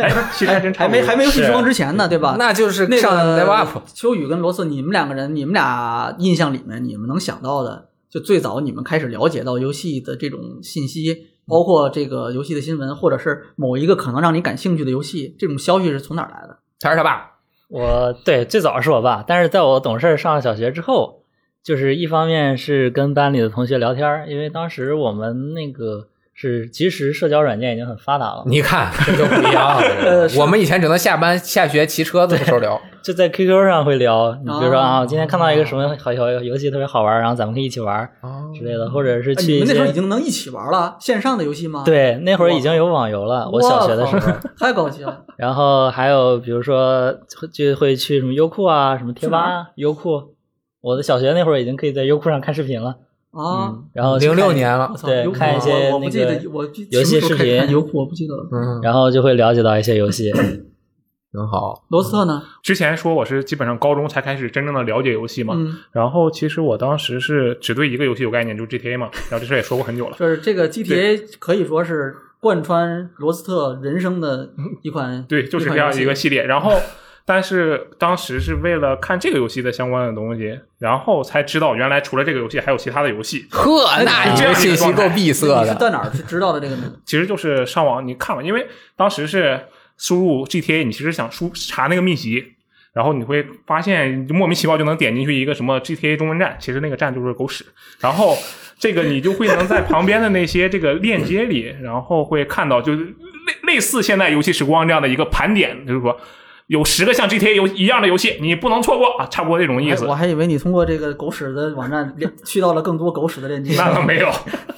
S4: 哎，其实还真差
S1: 还
S4: 不多
S1: 没还没游戏时光之前呢，对吧？
S3: 啊 [laughs] 那就是
S1: 那
S3: 上 Live
S1: 个
S3: Up，
S1: 秋雨跟罗斯，你们两个人，你们俩印象里面，你们能想到的，就最早你们开始了解到游戏的这种信息，包括这个游戏的新闻，或者是某一个可能让你感兴趣的游戏，这种消息是从哪儿来的？
S3: 全是他 [laughs] 爸，
S2: 我对最早是我爸，但是在我懂事儿上了小学之后，就是一方面是跟班里的同学聊天儿，因为当时我们那个是其实社交软件已经很发达了，
S3: 你看这就不一样了。我们以前只能下班下学骑车子的时候 [laughs] 聊，
S2: 就在 QQ 上会聊，你比如说啊，
S1: 哦
S2: 我今天看到一个什么好游游戏特别好玩儿，然后咱们可以一起玩儿
S3: 哦
S2: 之类的，或者是
S1: 哎
S2: 去
S1: 你
S2: 一
S1: 们那时候
S2: 些
S1: 已经能一起玩了线上的游戏吗？，
S2: 对那会儿已经有网游了，我小学的时候，
S1: 太高级
S2: [laughs]
S1: 了。
S2: 然后还有比如说就就会去什么优酷啊，什么贴吧、啊、优酷，我的小学那会儿已经可以在优酷上看视频了，
S1: 啊！
S2: 然后去
S3: 零
S2: 看
S3: 六年了
S1: 我，操，
S2: 嗯对
S1: 优酷
S2: 看一些
S1: 我我
S2: 那
S1: 不记得
S2: 个，
S1: 我记
S2: 游戏
S1: 什么时候开始
S2: 视频
S1: 看优酷，我不记得了。
S3: 嗯，
S2: 然后就会了解到一些游戏。
S3: 挺好。
S1: 罗斯特呢？
S4: 之前说我是基本上高中才开始真正的了解游戏嘛，
S1: 嗯，
S4: 然后其实我当时是只对一个游戏有概念，就是
S1: [laughs]
S4: GTA 嘛，然后这事儿也说过很久了。
S1: 就是这个 GTA 可以说是贯穿罗斯特人生的一款，
S4: 嗯对，就是这样一个
S1: 款游戏
S4: 系列。然后，但是当时是为了看这个游戏的相关的东西，然后才知道原来除了这个游戏还有其他的游戏。
S3: 呵，那你这信息够闭塞 [laughs]
S1: 你是
S3: 的。
S1: 在哪儿是知道的这个呢？
S4: 其实就是上网你看嘛，因为当时是输入 GTA，你其实想输查那个秘籍。然后你会发现莫名其妙就能点进去一个什么 GTA 中文站，其实那个站就是狗屎。然后这个你就会能在旁边的那些这个链接里，然后会看到就是类类似现在游戏时光这样的一个盘点，就是说有十个像 GTA 游一样的游戏，你不能错过啊，差不多这种 [laughs] 意思
S1: 哎我。还以为你通过这个狗屎的网站连去到了更多狗屎的链接。
S4: 那倒没有，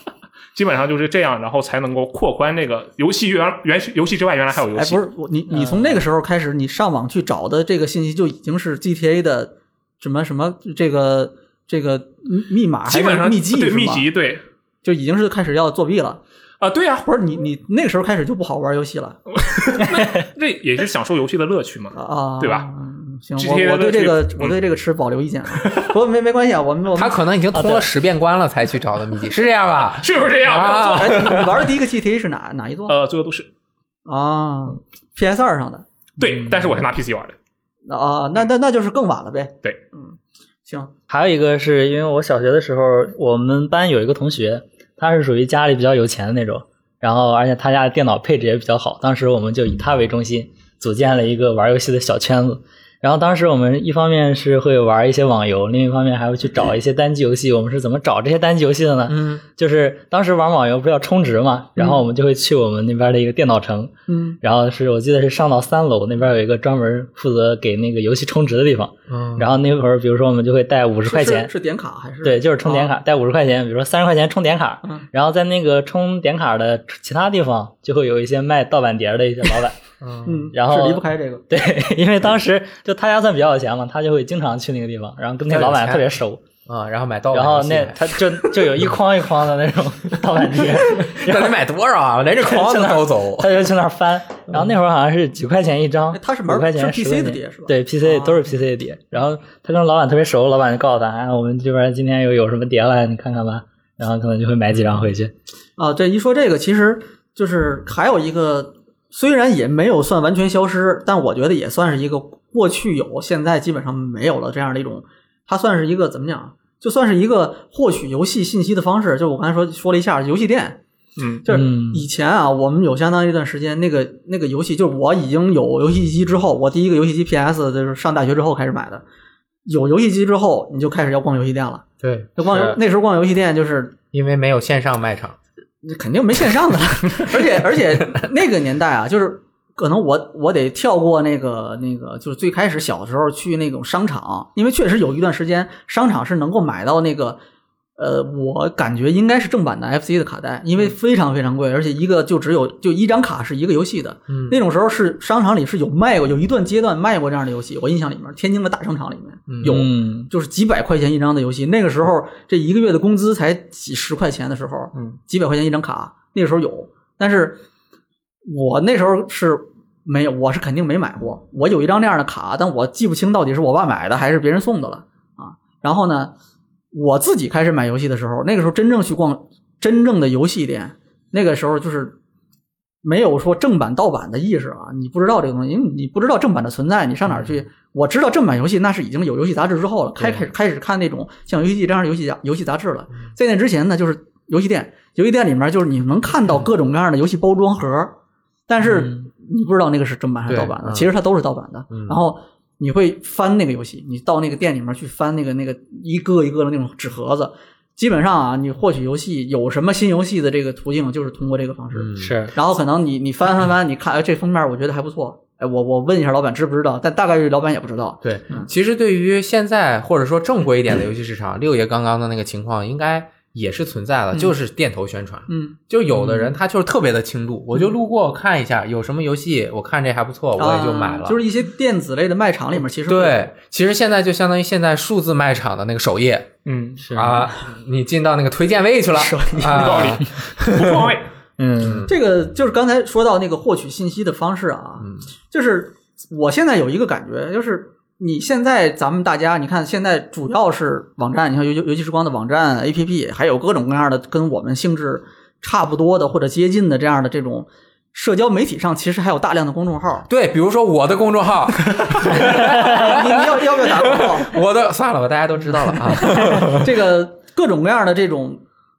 S4: [laughs] 基本上就是这样，然后才能够扩宽这个游戏原原游戏之外，原来还有游
S1: 哎，
S4: 戏
S1: 不。是 [laughs] 我，你你从那个时候开始，你上网去找的这个信息就已经是 GTA 的什么什么这个这个密码，
S4: 基本
S1: 啊
S4: 上
S1: 还是秘籍是
S4: 对
S1: 吗
S4: 秘籍对
S1: 就已经是开始要作弊了。
S4: 啊、对呀、
S1: 不是你你那个时候开始就不好玩游戏了
S4: 这也是享受游戏的乐趣嘛。
S1: 啊？
S4: 对吧
S1: 嗯？行，
S4: GTA
S1: 我我对
S4: 的
S1: 这个
S4: 这个
S1: 我对这个持保留意见啊。不过没没关系啊，我们我们
S3: 他可能已经通了十遍关了才去找的秘籍，是这样 [laughs] 吧？
S4: 是不是这样？
S3: 啊，
S1: 哎，你玩的第一个 GTA 是哪哪一座
S4: 呃，罪恶都市
S1: 啊？PS 二上的
S4: 对，
S1: 嗯
S4: 但是我是拿 PC 玩的。
S1: 啊，那那那就是更晚了呗。
S4: 对，
S1: 嗯，行，
S2: 还有一个是因为我小学的时候，我们班有一个同学，他是属于家里比较有钱的那种，然后而且他家的电脑配置也比较好，当时我们就以他为中心组建了一个玩游戏的小圈子。然后当时我们一方面是会玩一些网游，另一方面还会去找一些单机游戏。我们是怎么找这些单机游戏的呢？
S3: 嗯，
S2: 就是当时玩网游不是要充值嘛，然后我们就会去我们那边的一个电脑城，
S1: 嗯，
S2: 然后是我记得是上到三楼那边有一个专门负责给那个游戏充值的地方，
S3: 嗯
S2: 然后那会儿比如说我们就会带五十
S1: 是
S2: 块钱
S1: 是，是点卡还是？
S2: 对，就是充点卡，带五十块钱，比如说三十块钱充点卡
S1: 嗯，
S2: 然后在那个充点卡的其他地方就会有一些卖盗版碟的一些老板， [laughs]
S1: 嗯，
S2: 然后
S1: 是离不开这个。
S2: 对，因为当时就他家算比较有钱嘛，他就会经常去那个地方，然后跟那老板特别熟，
S3: 啊，然后买盗版
S2: 然
S3: 游
S2: 后
S3: 戏，
S2: 那他就就有一筐一筐的那种 [laughs] 盗版
S1: [laughs]
S2: 碟，
S3: 那得买多少啊？连这筐子都 [laughs] 走
S2: 他就去那儿翻，然后那会儿好像是几块钱一张
S1: 哎，他是玩
S2: 五块钱
S1: 是 PC
S2: 10块钱
S1: 的碟是吧
S2: 对
S1: 啊
S2: ，PC 都是 PC 的碟。然后他跟老板特别熟，老板就告诉他，哎，我们这边今天又有什么碟了，你看看吧。然后可能就会买几张回去。
S1: 啊，对，一说这个，其实就是还有一个，虽然也没有算完全消失，但我觉得也算是一个过去有，现在基本上没有了这样的一种，它算是一个怎么讲？就算是一个获取游戏信息的方式。就我刚才说说了一下游戏店，
S4: 嗯，
S1: 就是
S2: 嗯
S1: 以前啊，我们有相当一段时间，那个那个游戏，就是我已经有游戏机之后，我第一个游戏机 PS 就是上大学之后开始买的。有游戏机之后，你就开始要逛游戏店了。
S3: 对，
S1: 就逛游
S3: 是
S1: 那时候逛游戏店就是
S3: 因为没有线上卖场，
S1: 肯定没线上的 [laughs] 了，而且而且那个年代啊，就是可能我我得跳过那个那个，就是最开始小时候去那种商场，因为确实有一段时间商场是能够买到那个呃，我感觉应该是正版的 FC 的卡带，因为非常非常贵，而且一个就只有就一张卡是一个游戏的。
S3: 嗯
S1: 那种时候是商场里是有卖过，有一段阶段卖过这样的游戏，我印象里面，天津的大商场里面有，
S2: 嗯
S1: 就是几百块钱一张的游戏。那个时候这一个月的工资才几十块钱的时候，
S4: 嗯，
S1: 几百块钱一张卡，那个时候有，但是我那时候是没有，我是肯定没买过。我有一张那样的卡，但我记不清到底是我爸买的还是别人送的了啊。然后呢，我自己开始买游戏的时候，那个时候真正去逛真正的游戏店，那个时候就是。没有说正版盗版的意识啊，你不知道这个东西，因为你不知道正版的存在，你上哪儿去？
S3: 嗯
S1: 我知道正版游戏那是已经有游戏杂志之后了，
S3: 啊
S1: 开开始开始看那种像游戏这样的游戏杂游戏杂志了。
S3: 嗯
S1: 在那之前呢，就是游戏店，游戏店里面就是你能看
S3: 嗯
S1: 到各种各样的游戏包装盒，但是你不知道那个是正版还是盗版
S3: 对
S1: 的，
S3: 嗯
S1: 其实它都是盗版的。然后你会翻那个游戏，你到那个店里面去翻那个那个一个一个的那种纸盒子，基本上啊，你获取游戏有什么新游戏的这个途径就是通过这个方式。
S3: 嗯
S2: 是
S1: 然后可能你你翻翻翻，你看哎这封面我觉得还不错，哎我我问一下老板知不知道，但大概率老板也不知道。
S3: 对，其实对于现在或者说正规一点的游戏市场，六爷刚刚的那个情况应该也是存在的，就是店头宣传。
S1: 嗯，
S3: 就有的人他就是特别的轻度，我就路过看一下有什么游戏，我看这还不错，我也就买了。
S1: 啊就是一些电子类的卖场里面其实会有
S3: 对，其实现在就相当于现在数字卖场的那个首页
S4: 嗯，
S2: 是，
S3: 啊，你进到那个推荐位去了，啊，
S4: 道理不换位，
S2: 嗯
S1: 这个就是刚才说到那个获取信息的方式啊，
S3: 嗯。
S1: 就是我现在有一个感觉，就是你现在咱们大家，你看现在主要是网站，你看尤尤尤其是光的网站、APP，还有各种各样的跟我们性质差不多的或者接近的这样的这种社交媒体上，其实还有大量的公众号
S3: 对，比如说我的公众号，
S1: 你你要要不要打广告？
S3: 我的算了吧，大家都知道了啊。
S1: 这个各种各样的这种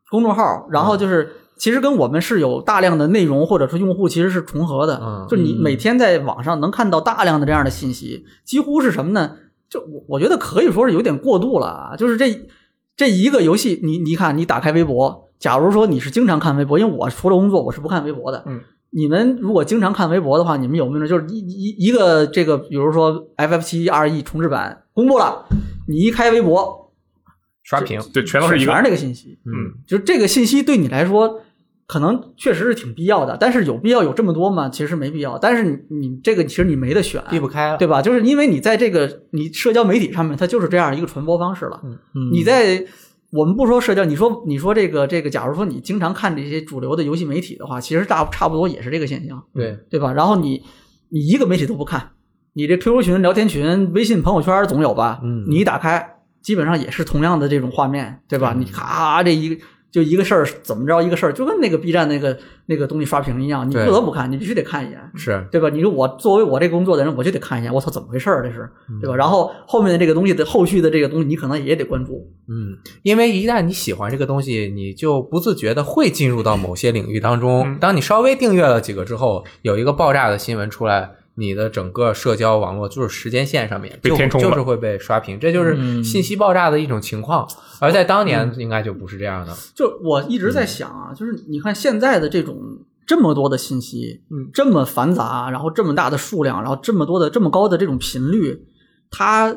S1: 公众号，然后就是其实跟我们是有大量的内容或者说用户其实是重合的，
S3: 嗯
S1: 就是你每天在网上能看到大量的这样的信息，几乎是什么呢？就我我觉得可以说是有点过度了啊，就是这这一个游戏，你你看你打开微博。假如说你是经常看微博，因为我除了工作我是不看微博的。
S4: 嗯，
S1: 你们如果经常看微博的话，你们有没有就是一一一个这个，比如说 FF 七 RE 重置版公布了，你一开微博，
S3: 刷屏，
S4: 对，全都是一个
S1: 全，那个信息。
S4: 嗯，
S1: 就是这个信息对你来说，可能确实是挺必要的，但是有必要有这么多吗？其实没必要。但是你你这个其实你没得选，
S3: 避不开了。
S1: 对吧？就是因为你在这个你社交媒体上面，它就是这样一个传播方式了。
S2: 嗯
S1: 你在我们不说社交，你说你说这个这个，假如说你经常看这些主流的游戏媒体的话，其实大差不多也是这个现象。
S3: 对，
S1: 对嗯吧？然后你你一个媒体都不看，你这 QQ 群、聊天群、微信朋友圈总有吧？
S3: 嗯
S1: 你一打开，基本上也是同样的这种画面，对
S3: 嗯
S1: 吧？你咔这一个就一个事儿，怎么着一个事儿，就跟那个 B 站那个那个东西刷屏一样，你不
S3: 对
S1: 得不看，你必须得看一眼。
S3: 是
S1: 对吧？你说我作为我这工作的人，我就得看一眼，我操，怎么回事儿？这是，
S3: 嗯
S1: 对吧？然后后面的这个东西的后续的这个东西，你可能也得关注。
S3: 嗯，因为一旦你喜欢这个东西，你就不自觉的会进入到某些领域当中。
S4: 嗯
S3: 当你稍微订阅了几个之后，有一个爆炸的新闻出来，你的整个社交网络就是时间线上面
S4: 被
S3: 就
S4: 填充了
S3: 就是会被刷屏，这就是
S2: 嗯
S3: 信息爆炸的一种情况。而在
S1: 嗯
S3: 当年应该就不是这样的。嗯
S1: 就我一直在想啊，就是你看现在的这种这么多的信息，
S4: 嗯，
S1: 这么繁杂，然后这么大的数量，然后这么多的这么高的这种频率，它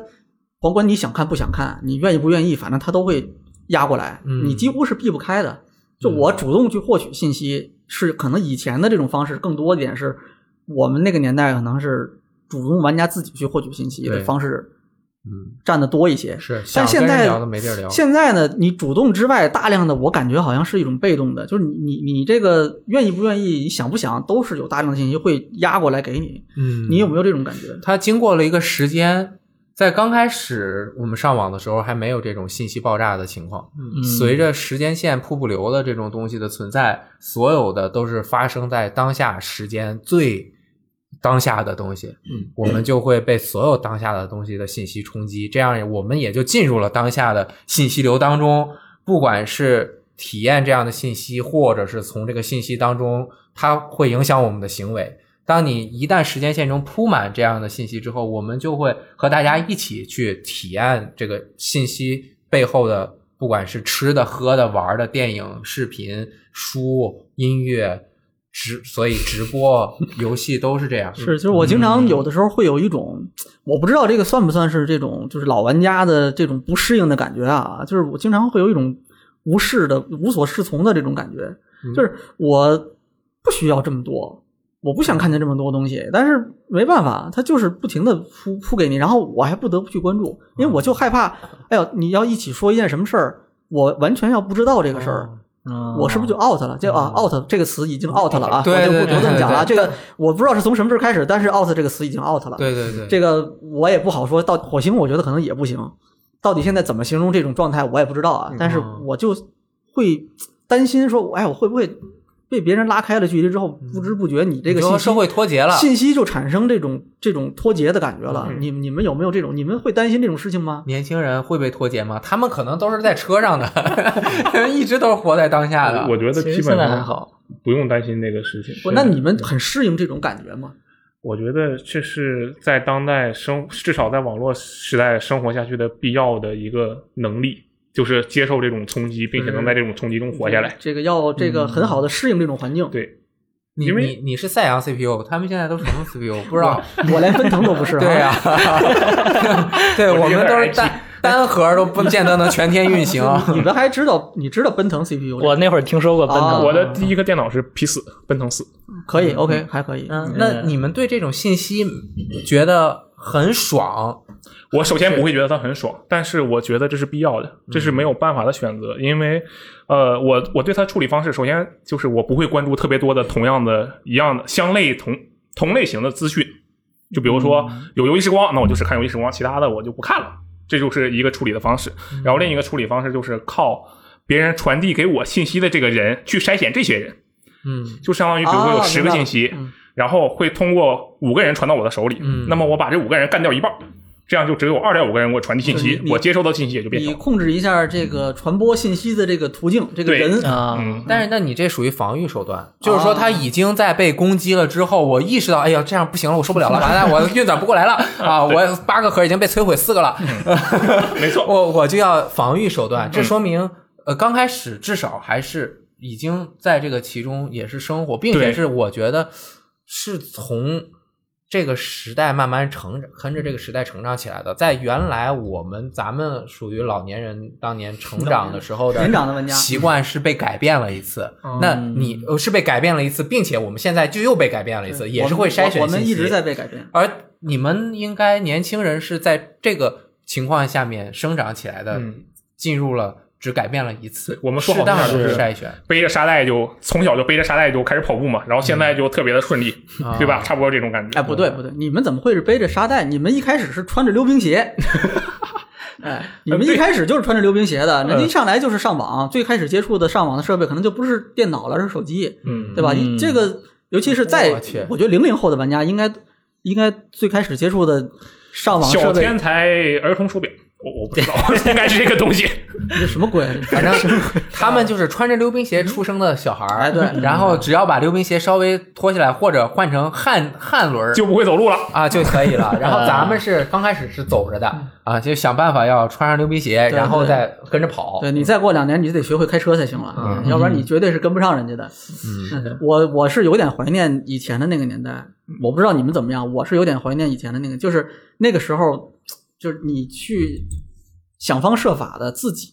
S1: 甭管你想看不想看，你愿意不愿意，反正它都会压过来，
S3: 嗯
S1: 你几乎是避不开的。就我主动去获取信息，是可能以前的这种方式更多一点，是我们那个年代可能是主动玩家自己去获取信息的
S3: 对
S1: 方式
S3: 嗯，
S1: 占的多一些，
S3: 是。
S1: 但
S3: 想
S1: 现
S3: 跟人
S1: 在
S3: 聊都没地儿聊。
S1: 现在呢，你主动之外，大量的我感觉好像是一种被动的，就是你你你这个愿意不愿意，你想不想，都是有大量的信息会压过来给你。
S3: 嗯，
S1: 你有没有这种感觉？
S3: 它经过了一个时间，在刚开始我们上网的时候还没有这种信息爆炸的情况。
S2: 嗯
S3: 随着时间线瀑布流的这种东西的存在，所有的都是发生在当下时间最当下的东西。
S2: 嗯，
S3: 我们就会被所有当下的东西的信息冲击，这样我们也就进入了当下的信息流当中。不管是体验这样的信息，或者是从这个信息当中，它会影响我们的行为。当你一旦时间线中铺满这样的信息之后，我们就会和大家一起去体验这个信息背后的，不管是吃的、喝的、玩的、电影、视频、书、音乐、直，所以直播、 [laughs] 游戏都是这样。嗯
S1: 是，就是我经常有的时候会有一种，我不知道这个算不算是这种，就是老玩家的这种不适应的感觉啊。就是我经常会有一种无事的、无所适从的这种感觉。就是我不需要这么多，我不想看见这么多东西，但是没办法，它就是不停的铺铺给你，然后我还不得不去关注，因为我就害怕，哎呦，你要一起说一件什么事儿，我完全要不知道这个事儿。
S2: 嗯
S1: 我是不是就 out 了？这啊，out 这个词已经 out 了啊，
S3: 哦嗯对对
S1: 我就不
S3: 对
S1: 不这么讲了。啊
S3: 对
S1: 这个我不知道是从什么时候开始，但是 out 这个词已经 out 了。
S3: 对对对，
S1: 这个我也不好说。到火星，我觉得可能也不行。到底现在怎么形容这种状态，我也不知道
S3: 嗯
S1: 啊。但是
S3: 哦
S1: 我就会担心说，哎，我会不会被别人拉开了距离之后，不知不觉你这个
S3: 嗯你
S1: 信
S3: 说
S1: 息
S3: 社会脱节了，
S1: 信息就产生这种这种脱节的感觉了？
S4: 嗯
S1: 你你们有没有这种？你们会担心这种事情吗？
S3: 年轻人会被脱节吗？他们可能都是在车上的， [laughs] 一直都是活在当下的。
S4: 我觉得
S2: 其
S4: 基
S2: 实
S4: 本
S2: 现在还
S4: 上
S2: 好，
S4: 不用担心这个事情。
S1: 那你们很适应这种感觉吗？
S4: 我觉得这是在当代生，至少在网络时代生活下去的必要的一个能力，就是接受这种冲击，并且
S1: 嗯
S4: 能在这种冲击中活下来。
S1: 这个要这
S3: 嗯
S1: 个很好的适应这种环境。
S4: 对，
S3: 你
S4: 因为
S3: 你你是赛扬 CPU，他们现在都什么 CPU 不知道？
S1: [laughs] 我连分腾都不是。
S3: 对呀、
S1: 啊，
S3: [laughs] 对
S4: 我
S3: 我
S4: 这个
S3: 们都是
S4: IT
S3: 单单核都不见得能全天运行。
S1: [laughs] 你们还知道你知道奔腾 CPU？
S2: 我那会儿听说过奔
S1: 啊
S2: 腾，
S4: 我的第一个电脑是 P 四，奔腾四。
S1: 可以，OK，还可以。
S3: 嗯，那你们对这种信息觉得很爽？
S4: 我首先不会觉得它很爽，但是我觉得这是必要的，这是没有办法的选择，因为，呃，我我对它处理方式，首先就是我不会关注特别多的同样的、一样的、相类同同类型的资讯，就比如说有游戏时光，那我就是看游戏时光，其他的我就不看了，这就是一个处理的方式。然后另一个处理方式就是靠别人传递给我信息的这个人去筛选这些人，
S3: 嗯
S4: 就相当于比如说有
S1: 啊
S4: 十个
S1: 明白
S4: 信
S1: 了
S4: 息，
S1: 嗯
S4: 然后会通过五个人传到我的手里，
S3: 嗯
S4: 那么我把这五个人干掉一半儿，这样就只有二点五个人给我传递信
S1: 就是
S4: 息
S1: 你，你
S4: 我接收到信息也就变少
S1: 你。控制一下这个传播信息的这个途径，这个
S4: 对
S1: 人
S2: 啊，
S4: 嗯，哦
S3: 但是那你这属于防御手段，就是说他已经在被攻击了之后，我意识到，哎呀，这样不行了，我受不了了，完了，
S4: [laughs]
S3: 我运转不过来了啊，我八个核已经被摧毁四个了，
S4: 嗯
S3: [laughs]
S4: 没错，嗯
S3: 我我就要防御手段，这说明呃刚开始至少还是已经在这个其中也是生活，并且
S4: 对
S3: 是我觉得是从这个时代慢慢成长，跟着这个时代成长起来的。在原来我们咱们属于老年人当年成长的时候的
S1: 年长的玩家嗯
S3: 习惯是被改变了一次，那你呃是被改变了一次，并且我们现在就又被改变了一次，呃也是会筛选信息嗯
S1: 我们我们一直在被改变。
S3: 而你们应该年轻人是在这个情况下面生长起来的，
S4: 嗯
S3: 进入了只改变了一次，
S4: 我们说
S3: 适
S4: 好
S3: 当的
S4: 是
S3: 筛选，
S4: 背着沙袋就从小就背着沙袋就开始跑步嘛，然后现在就特别的顺利，
S3: 啊
S4: 对吧？差不多这种感觉。
S1: 嗯
S4: 嗯
S1: 哎，不对不对，你们怎么会是背着沙袋？你们一开始是穿着溜冰
S3: [laughs]
S1: 鞋。哎，你
S3: 嗯
S1: 们一开始就是穿着溜冰鞋的，人家一上来就是上网，最开始接触的上网的设备可能就不是电脑了，是手机，
S4: 嗯，
S1: 对吧？
S2: 嗯
S1: 这个尤其是在
S3: 我去
S1: 我觉得零零后的玩家应该应该最开始接触的上网
S4: 小
S1: 设备
S4: 天才儿童手表，我我不知道， [laughs] 应该是这个东西。
S1: 这什么鬼？
S3: 反正他们就是穿着溜冰鞋出生的小孩儿，
S1: 哎对
S3: 然后只要把溜冰鞋稍微脱下来，或者换成旱旱轮儿
S4: 就不会走路了。
S3: 啊就可以
S1: [laughs]
S3: 了。然后咱
S1: 嗯
S3: 们是刚开始是走着
S4: 嗯
S3: 的啊，就想办法要穿上溜冰鞋，
S1: 对
S3: 然后
S1: 对
S3: 再跟着跑。
S1: 对你再过两年，你就得学会开车才行了，
S3: 嗯
S1: 要不然你绝对是跟不上人家的。嗯， [laughs] 我我是有点怀念以前的那个年代，我不知道你们怎么样，我是有点怀念以前的那个，就是那个时候，就是你去想方设法的自己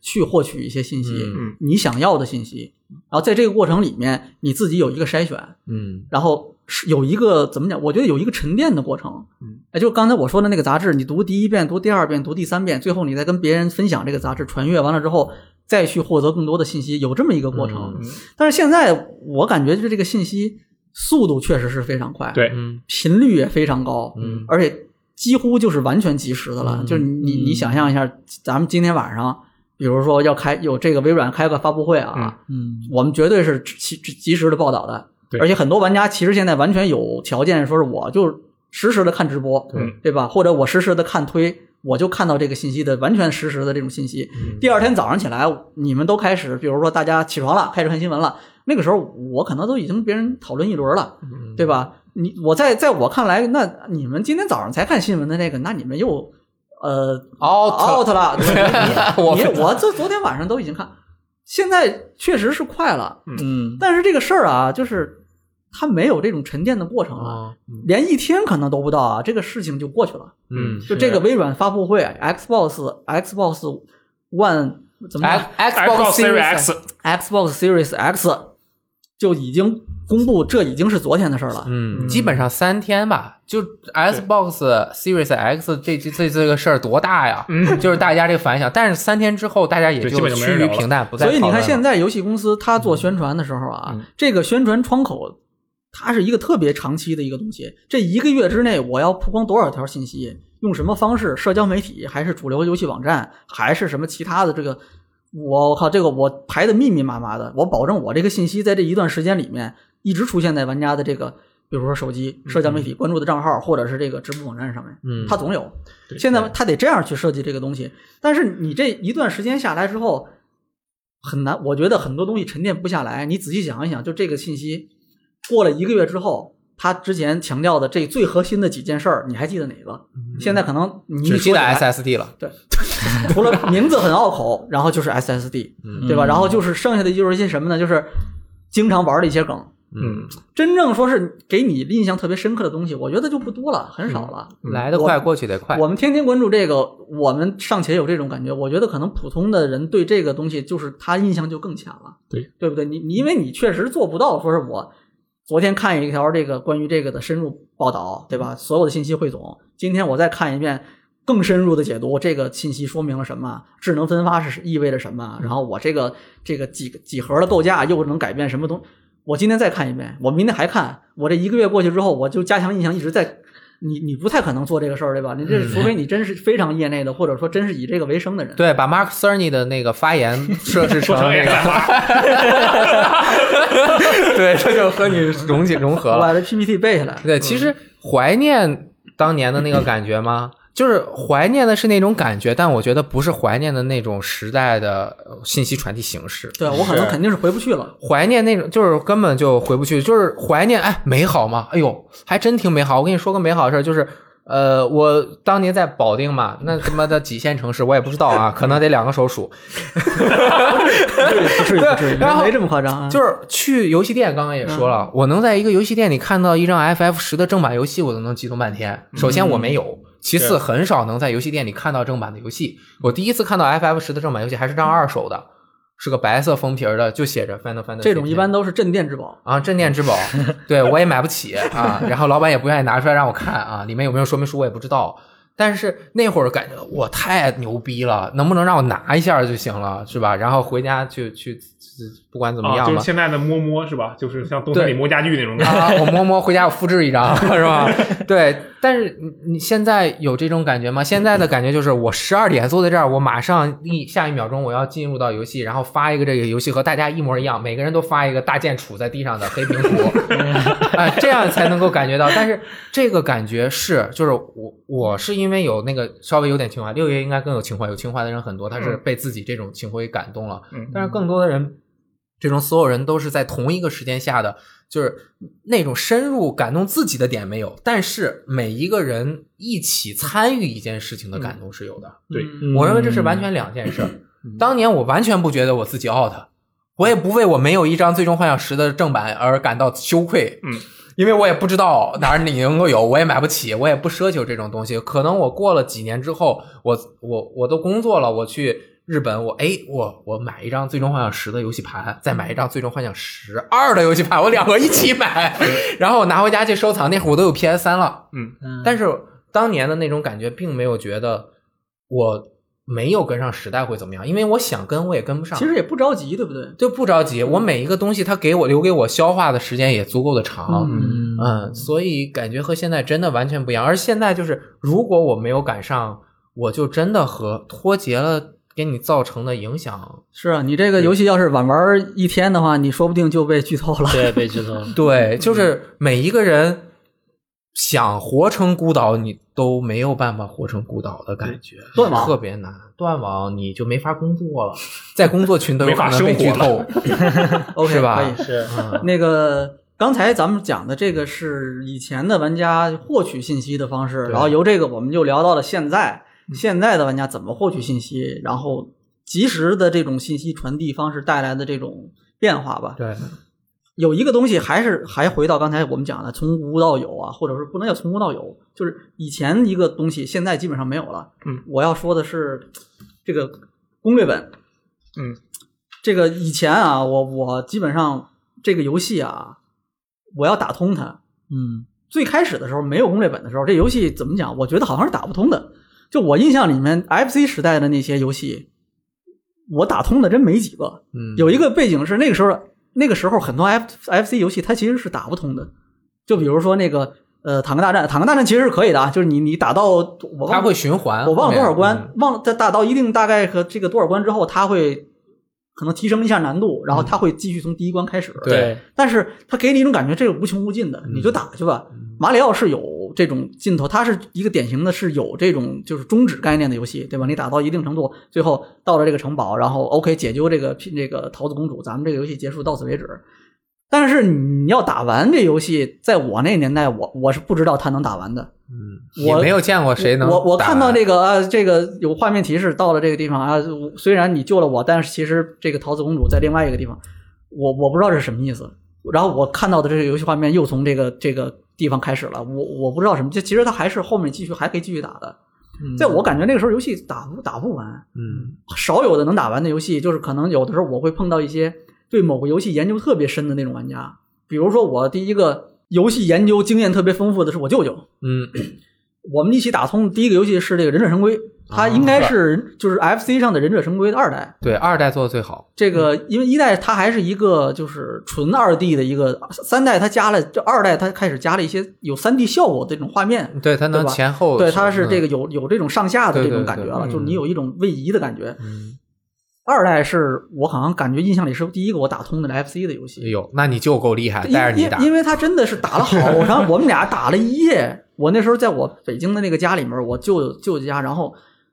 S1: 去获取一些信息，
S4: 嗯
S1: 你想要的信息，然后在这个过程里面，你自己有一个筛选，
S3: 嗯
S1: 然后是有一个怎么讲？我觉得有一个沉淀的过程。嗯，哎，就刚才我说的那个杂志，你读第一遍、读第二遍、读第三遍，最后你再跟别人分享这个杂志，传阅完了之后，再去获得更多的信息，有这么一个过程。
S4: 嗯
S1: 但是现在我感觉就是这个信息速度确实是非常快，，
S4: 对，
S3: 嗯
S1: 频率也非常高，
S3: 嗯
S1: 而且几乎就是完全及时的了。
S3: 嗯
S1: 就是你你想象一下，咱们今天晚上。比如说要开有这个微软开个发布会啊，
S4: 嗯
S2: 嗯，
S1: 我们绝对是及及及时的报道的，
S4: 对
S1: 而且很多玩家其实现在完全有条件，说是我就实时的看直播，
S4: 嗯
S1: 对吧？或者我实时的看推，我就看到这个信息的完全实时的这种信息。第二天早上起来，你们都开始，比如说大家起床了，开始看新闻了，那个时候我可能都已经别人讨论一轮了，对吧？你我在在我看来，那你们今天早上才看新闻的那个，那你们又呃
S3: out
S1: out 了，对吧
S3: 我
S1: 你你我这昨天晚上都已经看，现在确实是快了。
S2: 嗯，
S1: 但是这个事儿啊，就是它没有这种沉淀的过程了，
S3: 啊
S1: 连一天可能都不到啊，这个事情就过去了。
S3: 嗯
S1: 就这个微软发布会，Xbox Xbox One 怎么讲
S3: X Xbox
S4: Series
S3: Series
S4: X，
S1: Xbox Series X 就已经公布，这已经是昨天的事儿了。
S3: 嗯，基本上三天吧，就 Xbox Series X 这这这这个事儿多大呀？
S4: 嗯
S3: 就是大家这个反响，但是三天之后大家也
S4: 对基本
S3: 就
S4: 就没
S3: 趋
S4: 人
S3: 于
S4: 聊了
S3: 平淡，不再
S1: 所以你
S3: 讨论
S1: 看，
S3: 了嗯
S1: 现在游戏公司它做宣传的时候啊，这个宣传窗口它是一个特别长期的一个东西。这一个月之内，我要曝光多少条信息，用什么方式，社交媒体还是主流游戏网站，还是什么其他的这个。我我靠，这个我排的密密麻麻的，我保证我这个信息在这一段时间里面一直出现在玩家的这个，比如说手机、社交媒体关注的账号，或者是这个直播网站上面，
S3: 嗯
S1: 它总有。现在他得这样去设计这个东西，但是你这一段时间下来之后，很难，我觉得很多东西沉淀不下来。你仔细想一想，就这个信息过了一个月之后，他之前强调的这最核心的几件事儿，你还记得哪个？现在可能你一
S3: 嗯只记
S1: 说嗯
S3: 得
S1: 起来
S3: SSD 了，
S1: [laughs] 除了名字很拗口，然后就是 SSD，对
S3: 嗯
S4: 嗯
S1: 吧？然后就是剩下的就是一些什么呢？就是经常玩的一些梗。
S4: 嗯，
S1: 真正说是给你印象特别深刻的东西，我觉得就不多了，很
S3: 嗯
S1: 少了。
S3: 来得快，过去得快。
S1: 我们天天关注这个，我们尚且有这种感觉。我觉得可能普通的人对这个东西，就是他印象就更浅了，
S4: 对
S1: 对不对？你你因为你确实做不到，说是我昨天看一条这个关于这个的深入报道，对吧？所有的信息汇总，今天我再看一遍更深入的解读，这个信息说明了什么？智能分发是意味着什么？然后我这个这个几几何的构架又能改变什么东我今天再看一遍，我明天还看，我这一个月过去之后，我就加强印象，一直在。你你不太可能做这个事儿，对吧？你这除非你真是非常业内的，或者说真是以这个为生的人。
S3: 对，把 Mark Cerny 的那个发言设置成
S4: 说成
S3: 那
S4: X
S3: 个， [laughs] 对，这就和你融解融合
S1: 我
S3: 了。
S1: [laughs] 把这 PPT 背下来。
S3: 对，其实怀念当年的那个感觉吗？就是怀念的是那种感觉，但我觉得不是怀念的那种时代的呃信息传递形式。
S1: 对，我可能肯定是回不去了。
S3: 怀念那种就是根本就回不去，就是怀念哎美好嘛，哎呦还真挺美好。我跟你说个美好的事儿，就是呃我当年在保定嘛，那他妈的几线城市我也不知道啊，可能得两个手数，
S1: [laughs] 不至于，不至于，
S3: 对然后
S1: 没这么夸张啊。
S3: 就是去游戏店，刚刚也说
S1: 嗯
S3: 了，我能在一个游戏店里看到一张 FF 十的正版游戏，我都能激动半天。
S1: 嗯
S3: 首先我没有，其次
S4: 对
S3: 很少能在游戏店里看到正版的游
S1: 嗯
S3: 戏。我第一次看到 FF 十的正版游戏还是张二手的，是个白色封皮儿的，就写着 Final Fantasy。
S1: 这种一般都是镇店之宝。
S3: 啊，镇店之
S1: [laughs]
S3: 宝，对我也买不起啊，然后老板也不愿意拿出来让我看啊，里面有没有说明书我也不知道。但是那会儿感觉我太牛逼了，能不能让我拿一下就行了，是吧？然后回家去去，去不管怎么
S1: 哦
S4: 啊，
S3: 样
S4: 就
S3: 吧
S4: 是，现在的摸摸是吧？就是像东森里摸家具那种感觉。
S3: 啊，我摸摸回家我复制一
S4: [laughs]
S3: 张是吧？对，但是你你现在有这种感觉吗？现在的感觉就是我十二点坐在这儿，我马上一下一秒钟我要进入到游戏，然后发一个这个游戏和大家一模一样，每个人都发一个大剑杵在地上的黑屏
S4: [laughs]
S3: 图啊、这样才能够感觉到。但是这个感觉是，就是我我是因为有那个稍微有点情怀，六爷应该更有情怀，有情怀的人很多，他是被自己这种情怀给感动了。
S4: 嗯
S3: 但是更多的人，这种所有人都是在同一个时间下的，就是那种深入感动自己的点没有，但是每一个人一起参与一件事情的感动是有的。
S4: 对
S1: 嗯
S2: 嗯
S3: 我认为这是完全两件事儿。当年我完全不觉得我自己 out，我也不为我没有一张《最终幻想十》的正版而感到羞愧。
S4: 嗯。
S3: 因为我也不知道哪儿你能够有，我也买不起，我也不奢求这种东西。可能我过了几年之后，我我我都工作了，我去日本，我哎我我买一张《最终幻想十》的游戏盘，再买一张《最终幻想十二》的游戏盘，我两个一起买， [laughs] 然后我拿回家去收藏。那会儿我都有 PS 三了，
S4: 嗯，
S3: 但是当年的那种感觉，并没有觉得我没有跟上时代会怎么样，因为我想跟我也跟不上。
S1: 其实也不着急，对不对？
S3: 就不着急，我每一个东西它给我留给我消化的时间也足够的长，
S1: 嗯
S3: 嗯，所以感觉和现在真的完全不一样。而现在就是，如果我没有赶上，我就真的和脱节了，给你造成的影响。
S1: 是啊，你这个游戏要是晚玩一天的话，你说不定就被剧透了。
S2: 对，被剧
S1: [laughs]
S2: 透了。
S3: 对，
S1: 嗯
S3: 就是每一个人想活成孤岛，你都没有办法活成孤岛的感觉，
S1: 断网
S3: 特别难。断网你就没法工作了，在工作群都有
S4: 没
S3: 可
S4: 法
S3: 能被剧
S4: 生活
S3: 透
S4: 了。
S1: [laughs] OK，
S3: 是吧
S1: 可以。
S2: 是，
S3: 嗯
S1: 那个刚才咱们讲的这个是以前的玩家获取信息的方式，
S3: 对
S1: 然后由这个我们就聊到了现在，现在的玩家怎么获取信息，然后及时的这种信息传递方式带来的这种变化吧。
S3: 对，
S1: 有一个东西还是还回到刚才我们讲的，从无到有啊，或者是不能叫从无到有，就是以前一个东西现在基本上没有了。
S4: 嗯，
S1: 我要说的是这个攻略本，
S4: 嗯，
S1: 这个以前啊，我我基本上这个游戏啊，我要打通它，
S2: 嗯
S1: 最开始的时候没有攻略本的时候，这游戏怎么讲？我觉得好像是打不通的。就我印象里面，FC 时代的那些游戏，我打通的真没几个。
S3: 嗯，
S1: 有一个背景是那个时候，那个时候很多 F FC 游戏它其实是打不通的。就比如说那个呃《坦克大战》，《坦克大战》其实是可以的，啊，就是你你打到我忘了
S3: 它会循环，
S1: 我忘了多少
S3: 后面
S1: 关，，忘了它打到一定大概和这个多少关之后，它会可能提升一下难度，然后它会继续从第一关开始。
S3: 对
S1: 但是它给你一种感觉，这个无穷无尽的，你就打去吧。马里奥是有这种尽头，它是一个典型的是有这种就是终止概念的游戏，对吧？你打到一定程度，最后到了这个城堡，然后 OK 解救这个这个桃子公主，咱们这个游戏结束到此为止。但是你要打完这游戏，在我那年代，我我是不知道它能打完的。
S3: 嗯也
S1: 我
S3: 没有见过 [laughs] 谁能
S1: 我我
S3: 打
S1: 看到这个啊，这个有画面提示，到了这个地方啊，我虽然你救了我，但是其实这个桃子公主在另外一个地方，我我不知道这是什么意思。然后我看到的这个游戏画面又从这个这个地方开始了，我我不知道什么，这其实它还是后面继续还可以继续打的。在我感觉那个时候游戏打不打不完，
S3: 嗯
S1: 少有的能打完的游戏，就是可能有的时候我会碰到一些对某个游戏研究特别深的那种玩家，比如说我第一个游戏研究经验特别丰富的是我舅舅，
S3: 嗯
S1: 我们一起打通的第一个游戏是这个《忍者神龟》，
S3: 啊
S1: 它应该是就是 FC 上的《忍者神龟》的二代。
S3: 对二代做的最好，
S1: 这个
S3: 嗯
S1: 因为一代它还是一个就是纯二 D 的一个，三代它加了这二代它开始加了一些有三 D 效果的这种画面，
S3: 对它能
S1: 对吧
S3: 前后
S1: 对，它是这个
S3: 个
S1: 有有这种上下的这种感觉了，
S3: 哦嗯对对对
S1: 就是你有一种位移的感觉。
S3: 嗯
S1: 二代是我好像感觉印象里是第一个我打通的 FC 的游戏，
S3: 有，那你就够厉害，
S1: 因
S3: 啊带着你
S1: 因
S3: 打，
S1: 因为他真的是打了好，然后我们俩打了一夜。我那时候在我北京的那个家里面，我舅舅舅家，然后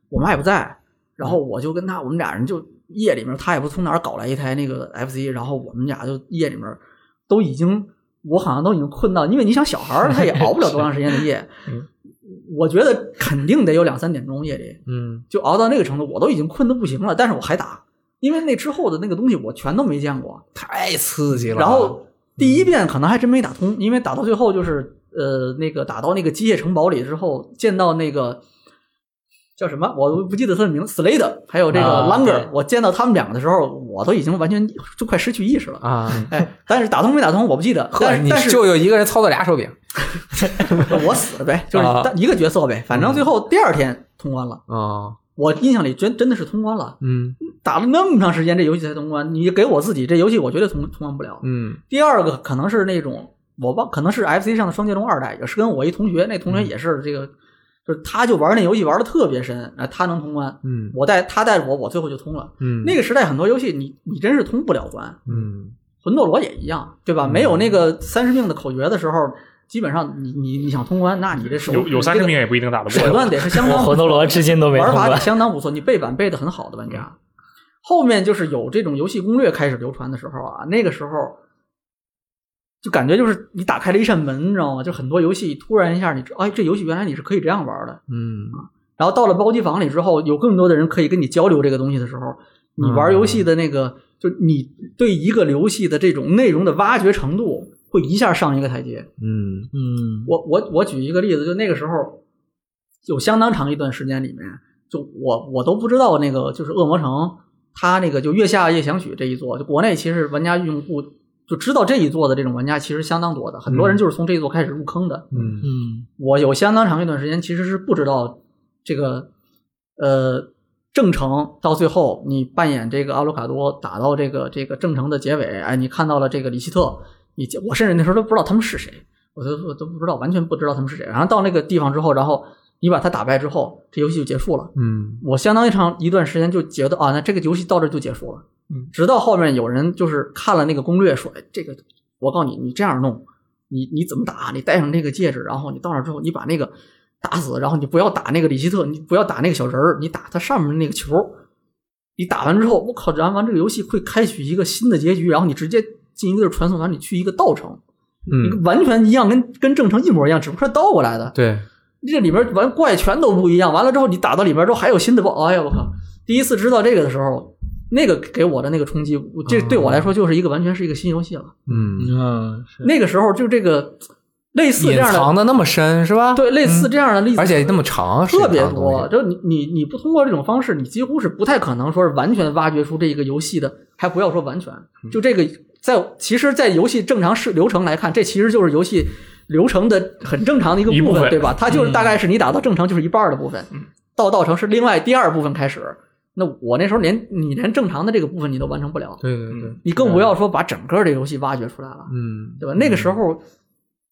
S1: 我妈也不在，然后我就跟他，我们俩人就夜里面，他也不知道从哪儿搞来一台那个 FC，然后我们俩就夜里面都已经，我好像都已经困到，因为你想小孩儿他也熬不了多长时间的
S3: [laughs]
S1: 夜
S4: 嗯，
S1: 我觉得肯定得有两三点钟夜里，
S3: 嗯
S1: 就熬到那个程度，我都已经困得不行了，但是我还打，因为那之后的那个东西我全都没见过，
S3: 太刺激了，
S1: 然后第一遍可能还真没打通，因为打到最后就是呃那个打到那个机械城堡里之后，见到那个叫什么我不记得他的名字 Slade，还有这个
S2: 啊
S1: Langer，、
S2: 对
S1: 我见到他们两个的时候，我都已经完全就快失去意
S3: [laughs]
S1: 识了。
S3: 啊，
S1: 哎，但是打通没打通我不记得，
S3: [laughs] 呵，
S1: 但
S3: 你
S1: 但是
S3: 就有一个人操作俩手柄，
S1: 我死了
S3: [laughs]
S1: 呗，就是
S3: 啊嗯
S1: 单一个角色呗，反正最后第二天通关了。
S3: 啊，
S1: 我印象里真真的是通关了，
S3: 嗯
S1: 打了那么长时间这游戏才通关。你给我自己这游戏，我绝对通通关不了。
S3: 嗯
S1: 第二个可能是那种我忘，可能是 FC 上的双截龙二代，也是跟我一同学，那同学
S4: 嗯
S1: 也是这个，就是他就玩那游戏玩的特别深，啊，他能通关，
S3: 嗯
S1: 我带他带着我，我最后就通了。
S3: 嗯，
S1: 那个时代很多游戏你你真是通不了关，
S3: 嗯
S1: 魂斗罗也一样，对吧？
S4: 嗯
S1: 没有那个三十命的口诀的时候，基本上你你你想通关，那你这手
S4: 有有三十命也不一定打得
S1: 手
S4: 过。
S1: 段得是相
S2: 我
S1: 当
S2: 魂斗罗至今都没
S1: 玩
S2: 通
S1: 法
S2: 关
S1: 也。相当不错，你背板背的很好的玩家。后面就是有这种游戏攻略开始流传的时候啊，那个时候就感觉就是你打开了一扇门，你知道吗？就很多游戏突然一下你知，哎，这游戏原来你是可以这样玩的。啊
S3: 嗯，
S1: 然后到了包机房里之后，有更多的人可以跟你交流这个东西的时候，你玩游戏的那个，就你对一个游戏的这种内容的挖掘程度，会一下上一个台阶。
S3: 嗯
S2: 嗯
S1: 我我我举一个例子，就那个时候有相当长一段时间里面，就我我都不知道那个就是恶魔城，它那个就月下夜想曲这一座，就国内其实玩家用户就知道这一座的这种玩家其实相当多的，很多人就是从这一座开始入坑的。
S3: 嗯
S2: 嗯
S1: 我有相当长一段时间其实是不知道这个呃正城到最后你扮演这个阿鲁卡多打到这个这个正城的结尾，哎，你看到了这个里希特，你我甚至那时候都不知道他们是谁，我都我都不知道，完全不知道他们是谁。然后到那个地方之后，然后你把他打败之后，这游戏就结束了。
S3: 嗯
S1: 我相当一长一段时间就觉得啊，那这个游戏到这就结束了。
S4: 嗯，
S1: 直到后面有人就是看了那个攻略说，哎，这个我告诉你，你这样弄，你你怎么打？你戴上这个戒指，然后你到那儿之后，你把那个打死，然后你不要打那个里希特，你不要打那个小人儿，你打他上面那个球。你打完之后，我靠，然后玩这个游戏会开启一个新的结局，然后你直接进一个传送门，你去一个道城，一个
S3: 嗯，
S1: 完全一样，跟跟正城一模一样，只不过是倒过来的。
S3: 对，
S1: 这里面玩怪全都不一样。完了之后，你打到里面之后还有新的 BOSS，哎呀，我靠！第一次知道这个的时候，那个给我的那个冲击，
S3: 啊
S1: 我这对我来说就是一个完全是一个新游戏了。
S3: 嗯
S2: 嗯，是
S1: 那个时候就这个类似这
S3: 隐
S1: 样的
S3: 藏的那么深是吧？
S1: 对类似
S3: 嗯
S1: 这样的例子，
S3: 而且那么长，
S1: 特别
S3: 深藏的东
S1: 多。
S3: 西
S1: 就你你你不通过这种方式，你几乎是不太可能说是完全挖掘出这个游戏的，还不要说完全，
S3: 嗯
S1: 就这个在其实，在游戏正常是流程来看，这其实就是游戏流程的很正常的一个
S4: 一部
S1: 部
S4: 分
S1: 对吧？它
S3: 嗯
S1: 就是大概是你打到正常就是一半儿的部分，到道成是另外第二部分开始。那我那时候连你连正常的这个部分你都完成不了，
S3: 对嗯对对，
S1: 你更不要说把整个这游戏挖掘出来了。
S3: 嗯，
S1: 对吧？那个时候，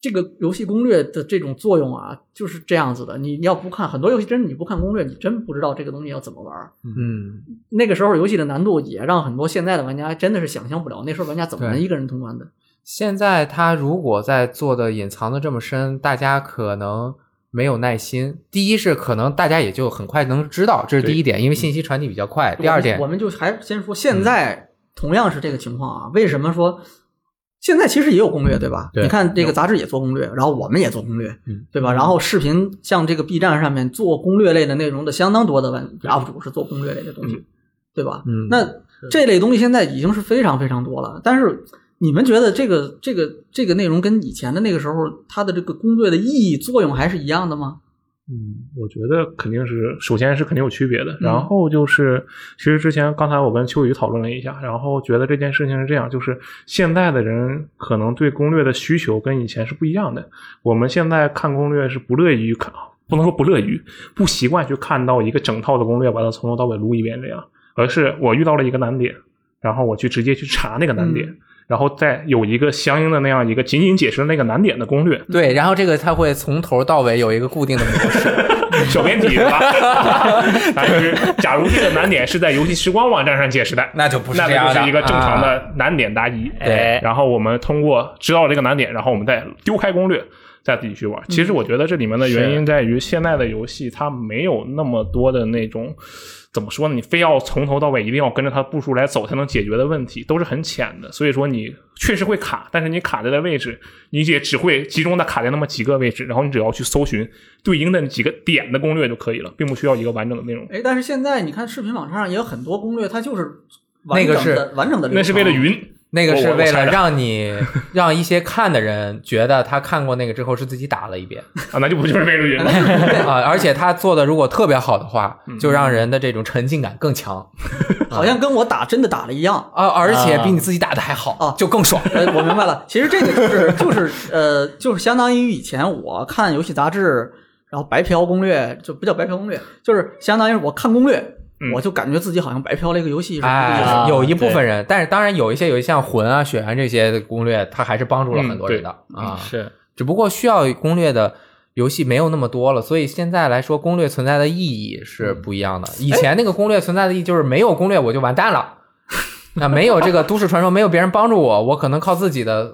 S1: 这个游戏攻略的这种作用啊，就是这样子的。你你要不看很多游戏，真的你不看攻略，你真不知道这个东西要怎么玩儿。
S3: 嗯，
S1: 那个时候游戏的难度也让很多现在的玩家真的是想象不了，那时候玩家怎么能
S3: 对
S1: 一个人通关的？
S3: 现在他如果在做的隐藏的这么深，大家可能没有耐心。第一是可能大家也就很快能知道，这是第一点，因为信息传递比较快。第二点嗯
S1: 我，们就还先说现在同样是这个情况啊。为什么说现在其实也有攻略，对吧？
S3: 对
S1: 你看这个杂志也做攻略，然后我们也做攻略，
S3: 嗯
S1: 对吧？然后视频像这个 B 站上面做攻略类的内容的相当多的玩 UP 主是做攻略类的东西，对吧？
S3: 嗯，
S1: 那这类东西现在已经是非常非常多了，但是你们觉得这个这个这个内容跟以前的那个时候它的这个工作的意义作用还是一样的吗？
S4: 嗯，我觉得肯定是，首先是肯定有区别的。然后就是，其实之前刚才我跟秋雨讨论了一下，然后觉得这件事情是这样，就是现在的人可能对攻略的需求跟以前是不一样的。我们现在看攻略是不乐于看，不能说不乐于，不习惯去看到一个整套的攻略，把它从头到尾撸一遍这样，而是我遇到了一个难点，然后我去直接去查那个难点，
S1: 嗯
S4: 然后再有一个相应的那样一个仅仅解释那个难点的攻略，
S3: 对，然后这个它会从头到尾有一个固定的模式。
S4: 小编体是吧？ [laughs] 但是，假如这个难点是在游戏时光网站上解释的，
S3: 那就不是
S4: 那
S3: 这样
S4: 么
S3: 的
S4: 就是一个正常
S3: 啊
S4: 的难点答疑。
S2: 对
S4: 然后我们通过知道了这个难点，然后我们再丢开攻略，再自己去
S3: 嗯
S4: 玩。其实我觉得这里面的原因在于，现在的游戏它没有那么多的那种。怎么说呢？你非要从头到尾一定要跟着它步数来走才能解决的问题，都是很浅的。所以说你确实会卡，但是你卡在的位置，你也只会集中的卡在那么几个位置，然后你只要去搜寻对应的几个点的攻略就可以了，并不需要一个完整的内容。
S1: 哎，但是现在你看视频网站上也有很多攻略，它就是完整
S3: 那个
S1: 的完整的流程，
S4: 那是为了
S3: [laughs]
S4: 云，
S3: 那个
S4: 我
S3: 是
S4: 我
S3: 为
S4: 我猜
S3: 了
S4: 的
S3: 让你让一些看的人觉得他看过那个之后是自己打了一
S4: [laughs]
S3: 遍
S4: 啊，那就不就是为了云了。
S3: 啊，而且他做的如果特别好的话，
S4: 嗯
S3: 就让人的这种沉浸感更强
S1: 好像跟我打真的打了一样。
S3: 啊，而且
S2: 啊
S3: 比你自己打的还好
S1: 啊
S3: 就更爽。
S1: 呃，我明白了，其实这个就是就是呃，就是相当于以前我看游戏杂志，然后白嫖攻略，就不叫白嫖攻略，就是相当于我看攻略，
S4: 嗯
S1: 我就感觉自己好像白嫖了一个游戏是吧？
S3: 哎，
S2: 啊
S3: 有一部分人，但是当然有一些有一些像魂啊、血缘这些攻略，它还是帮助了很多人的、啊。
S2: 嗯是
S3: 只不过需要攻略的游戏没有那么多了，所以现在来说，攻略存在的意义是
S2: 嗯
S3: 不一
S2: 哎
S3: 样的。以前那个攻略存在的意义就是没有攻略我就完蛋了，那没有这个都市传说，没有别人帮助我，我可能靠自己的呃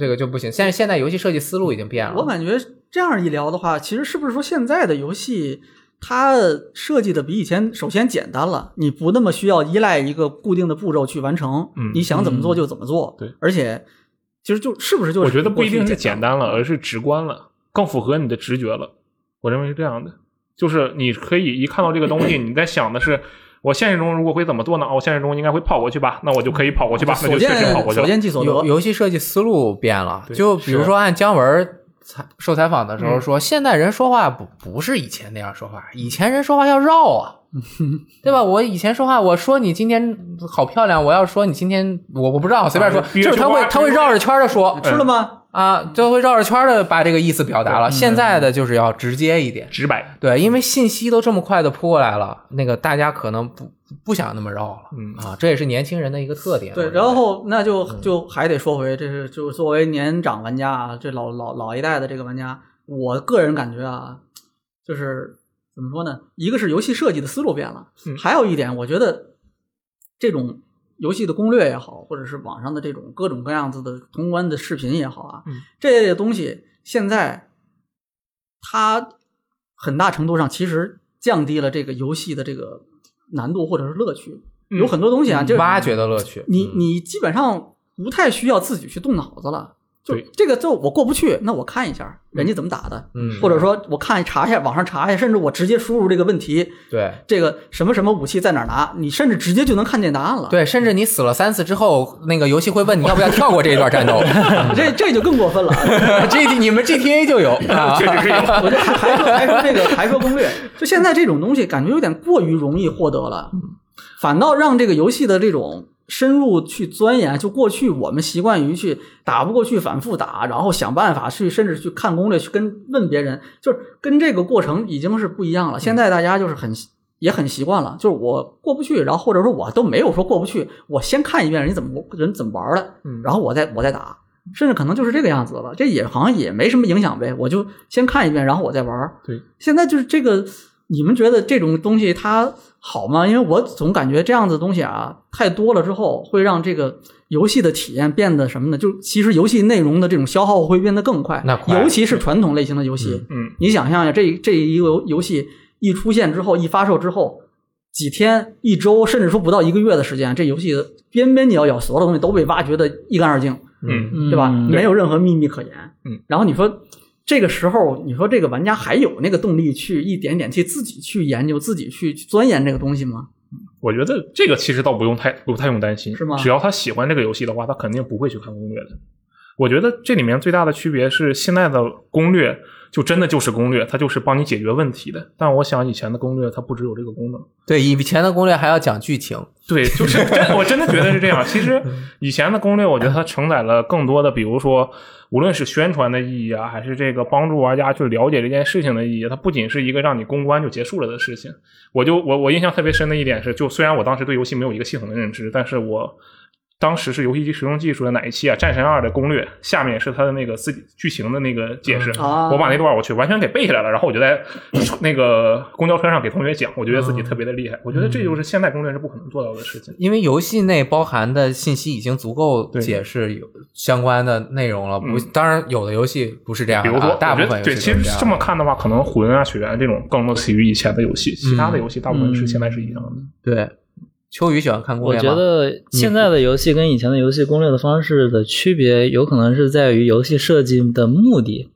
S3: 这个就不行。现在现在游戏设计思路已经
S4: 啊
S3: 变
S1: 我
S3: 了，
S1: 感觉这样一聊的话，其实是不是说现在的游戏它设计的比以前首先简单了，你不那么需要依赖一个固定的步骤去完成，
S4: 嗯
S1: 你想怎么做就怎么做。
S4: 对，
S1: 而且其实就是不是就是
S4: 我觉得不一定是简
S1: 简
S4: 单了，而是直观了，更符合你的直觉了。我认为是这样的，就是你可以一看到这个东西，你在想的是。我现实中如果会怎么做呢？哦我现实中应该会跑过去吧，那我就可以跑过去吧，那
S1: 啊所
S4: 就确实跑
S1: 见
S4: 过去
S1: 所
S4: 了。
S1: 见即所
S3: 游
S1: 得。
S3: 游戏设计思路变了。
S4: 对
S3: 就比如说按姜文儿采受采访的时
S1: 嗯
S3: 候说，现代人说话不不是以前那样说话，以前人说话要绕
S1: [laughs]
S3: 啊。对吧？我以前说话，我说你今天好漂亮，我要说你今天我我不知道，随便说，
S4: 啊比
S3: 就
S4: 如
S3: 是他会
S4: 说
S3: 他会绕着圈的说
S1: 吃了吗？
S3: 啊，就会绕着圈的把这个意思表达了。现
S1: 嗯
S3: 在的就是要直接一点，
S4: 直白，
S3: 对，因为信息都这么快的扑过来了，那个大家可能不不想那么绕了
S4: 嗯
S3: 啊，这也是年轻人的一个特点。
S1: 对，
S3: 我觉得
S1: 然后那就就还得说回，这是就作为年长玩家啊，这老老老一代的这个玩家，我个人感觉啊，就是怎么说呢？一个是游戏设计的思路变了，
S4: 嗯
S1: 还有一点，我觉得这种游戏的攻略也好，或者是网上的这种各种各样子的通关的视频也好啊，
S4: 嗯
S1: 这类的东西现在它很大程度上其实降低了这个游戏的这个难度或者是乐趣。
S4: 嗯
S1: 有很多东西啊，就是
S3: 嗯挖掘的乐趣，
S1: 你你基本上不太需要自己去动脑子了，就
S4: 对
S1: 这个就我过不去，那我看一下人家怎么打的，
S3: 嗯
S1: 或者说我看查一下网上查一下，甚至我直接输入这个问题，
S3: 对
S1: 这个什么什么武器在哪儿拿，你甚至直接就能看见答案了。
S3: 对，甚至你死了三次之后，那个游戏会问你要不要跳过这一
S4: [laughs]
S3: 段战斗，
S1: 这这就更过
S3: [laughs]
S1: 分了。
S3: 这你们
S4: [laughs]
S3: GTA 就有啊，
S4: 确
S1: [laughs]
S4: 实是有。
S1: 我就还说还说这个还说攻略，就现在这种东西感觉有点过于容易获得了，反倒让这个游戏的这种深入去钻研，就过去我们习惯于去打不过去反复打，然后想办法去甚至去看攻略去跟问别人，就是跟这个过程已经是不一样了。现在大家就是很。也很习惯了，就是我过不去，然后或者说我都没有说过不去，我先看一遍人家怎么人怎么玩的，
S4: 嗯
S1: 然后我再我再打，甚至可能就是这个样子了。这也好像也没什么影响呗，我就先看一遍，然后我再玩儿。
S4: 对，
S1: 现在就是这个，你们觉得这种东西它好吗？因为我总感觉这样子的东西啊太多了之后，会让这个游戏的体验变得什么呢？就其实游戏内容的这种消耗会变得更快，
S3: 那快
S1: 尤其是传统类型的游戏。
S4: 嗯，
S1: 你想象一下，这一这一个游游戏一出现之后，一发售之后，几天、一周，甚至说不到一个月的时间，这游戏的边边角角所有的东西都被挖掘的一干二净，
S4: 嗯
S2: 嗯
S1: 对吧？
S2: 对
S1: 没有任何秘密可言。
S4: 嗯，
S1: 然后你说这个时候，你说这个玩家还有那个动力去一点点去自己去研究、自己去钻研这个东西吗？
S4: 我觉得这个其实倒不用太不太用担心，
S1: 是吗
S4: 只要他喜欢这个游戏的话，他肯定不会去看攻略的。我觉得这里面最大的区别是，现在的攻略就真的就是攻略，它就是帮你解决问题的。但我想以前的攻略它不只有这个功能。
S3: 对，以前的攻略还要讲剧情，
S4: [laughs] 对，就是真，我真的觉得是这样。其实以前的攻略，我觉得它承载了更多的，比如说，无论是宣传的意义啊，还是这个帮助玩家去了解这件事情的意义，它不仅是一个让你公关就结束了的事情。我就我我印象特别深的一点是，就虽然我当时对游戏没有一个系统的认知，但是我当时是游戏机实用技术的哪一期啊，《战神二》的攻略，下面是它的那个自己剧情的那个解释，
S1: 啊
S4: 我把那段我去完全给背下来了，然后我就在那个公交车上给同学讲，我觉得自己特别的厉害。我觉得这就是现代攻略是不可能做到的事情。
S3: 因为游戏内包含的信息已经足够
S4: 对
S3: 解释有相关的内容了。不，
S4: 嗯
S3: 当然有的游戏不是这样
S4: 比
S3: 的啊，
S4: 如说，
S3: 大部
S4: 我觉
S3: 分
S4: 得
S3: 游戏
S4: 对，
S3: 都
S4: 其
S3: 是
S4: 实
S3: 样
S4: 这么看的话，可能魂啊、血缘这种更类似于以前的游戏，其他的游戏大部分是现在是一样的。
S3: 对。秋雨喜欢看攻
S2: 我
S3: 略
S2: 觉
S3: 吗？
S2: 得现在的游戏跟以前的游戏攻略的方式的区别，有可能是在于游戏设计的目的。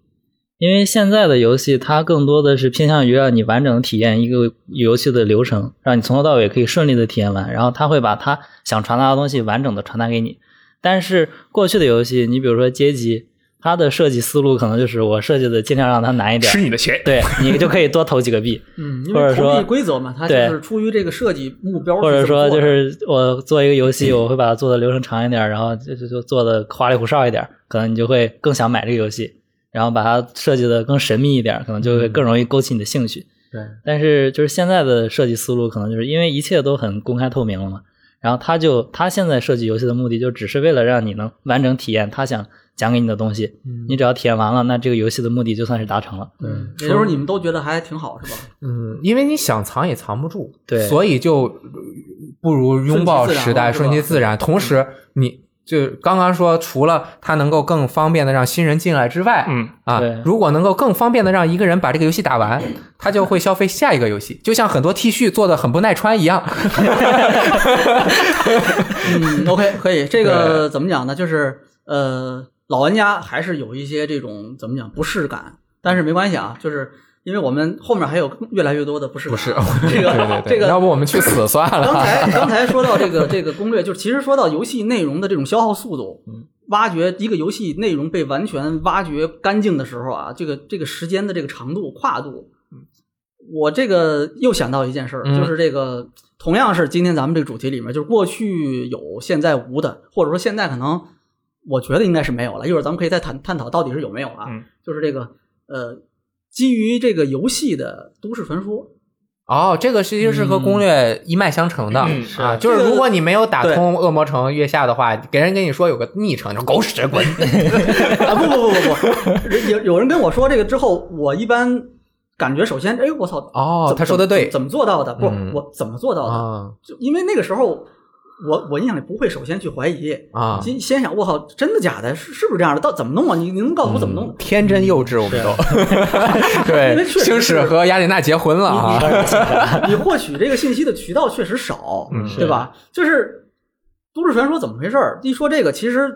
S2: 因为现在的游戏，它更多的是偏向于让你完整地体验一个游戏的流程，让你从头到尾可以顺利的体验完，然后它会把它想传达的东西完整的传达给你。但是过去的游戏，你比如说街机，它的设计思路可能就是我设计的尽量让它难一点
S4: 吃，你的钱，
S2: 对你就可以多投几个币。
S1: 嗯，因
S2: 或
S1: 为
S2: 者说
S1: 投币规则嘛，它就
S2: 对
S1: 是出于这个设计目标，
S2: 或者说就是我做一个游戏，我会把它做的流程长一点，然后就就就做的花里胡哨一点，可能你就会更想买这个游戏，然后把它设计的更神秘一点，可能就会更容易勾起你的兴趣。
S3: 对，
S2: 但是就是现在的设计思路，可能就是因为一切都很公开透明了嘛，然后他就他现在设计游戏的目的，就只是为了让你能完整体验他想讲给你的东西。你只要体验完了，那这个游戏的目的就算是达成了。
S3: 嗯
S1: 也就是你们都觉得还挺好是吧？
S3: 嗯，因为你想藏也藏不住，
S2: 对
S3: 所以就呃不如拥抱时代，顺
S1: 顺
S3: 其
S1: 其
S3: 自然。同时，你就刚刚说，除了它能够更方便的让新人进来之外，
S4: 嗯，
S3: 啊
S2: 对，
S3: 如果能够更方便的让一个人把这个游戏打完，他就会消费下一个游戏，就像很多 T 恤做的很不耐穿一样。
S1: [laughs] 嗯，OK，可以。这个怎么讲呢？就是呃，老玩家还是有一些这种怎么讲不适感，但是没关系啊，就是因为我们后面还有越来越多的不适感。不是这个
S3: 对对对，
S1: 这
S3: 要
S1: 个。嗯
S3: 不我们去死算
S1: 刚
S3: 了。
S1: 才刚才说到这个这个攻略，就是其实说到游戏内容的这种消耗速度，
S3: 嗯
S1: 挖掘一个游戏内容被完全挖掘干净的时候啊，这个这个时间的这个长度跨度，我这个又想到一件事儿，
S3: 嗯
S1: 就是这个同样是今天咱们这个主题里面，就是过去有现在无的，或者说现在可能我觉得应该是没有了，一会儿咱们可以再探探讨到底是有没有啊，
S4: 嗯
S1: 就是这个呃，基于这个游戏的都市传说，
S3: 哦，这个其实是和攻略一脉相承的、
S4: 嗯
S3: 啊，
S2: 是
S3: 就是如果你没有打
S1: 对
S3: 通恶魔城月下的话，给人跟你说有个昵称，就狗屎滚。
S1: [laughs] 啊，不不不不不，人有有人跟我说这个之后，我一般感觉首先，哎，我操，
S3: 哦
S1: 怎，
S3: 他说的对
S1: 怎么怎么做到的？不，
S3: 嗯
S1: 我怎么做到的？
S3: 啊
S1: 就因为那个时候，我我印象里不会首先去怀疑，
S3: 啊，
S1: 先先想，我靠，真的假的？是是不是这样的？到怎么弄啊？你你能告诉我怎么弄的？
S3: 嗯天真幼稚，我们都 [laughs]
S1: 因
S3: 对
S1: 为确实是嗯
S3: 星矢和雅典娜结婚了啊，
S1: [laughs] 你获取这个信息的渠道确实少，
S4: 嗯
S1: 对吧？就是都市传说怎么回事儿？一说这个，其实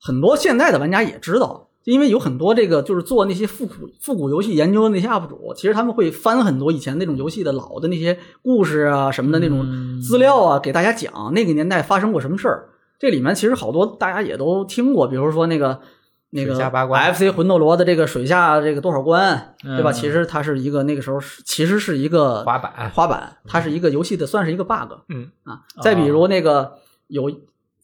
S1: 很多现在的玩家也知道，因为有很多这个就是做那些复古复古游戏研究的那些 UP 主，其实他们会翻很多以前那种游戏的老的那些故事啊什么的那种
S3: 嗯
S1: 资料啊，给大家讲那个年代发生过什么事儿。这里面其实好多大家也都听过，比如说那个那个
S3: 水下八关
S1: FC 魂斗罗的这个水下这个多少关，对吧？
S2: 嗯
S1: 其实它是一个那个时候是其实是一个
S3: 滑板
S1: 滑板，它是一个游戏的算是一个 bug。
S4: 嗯
S1: 啊，再比如那个有，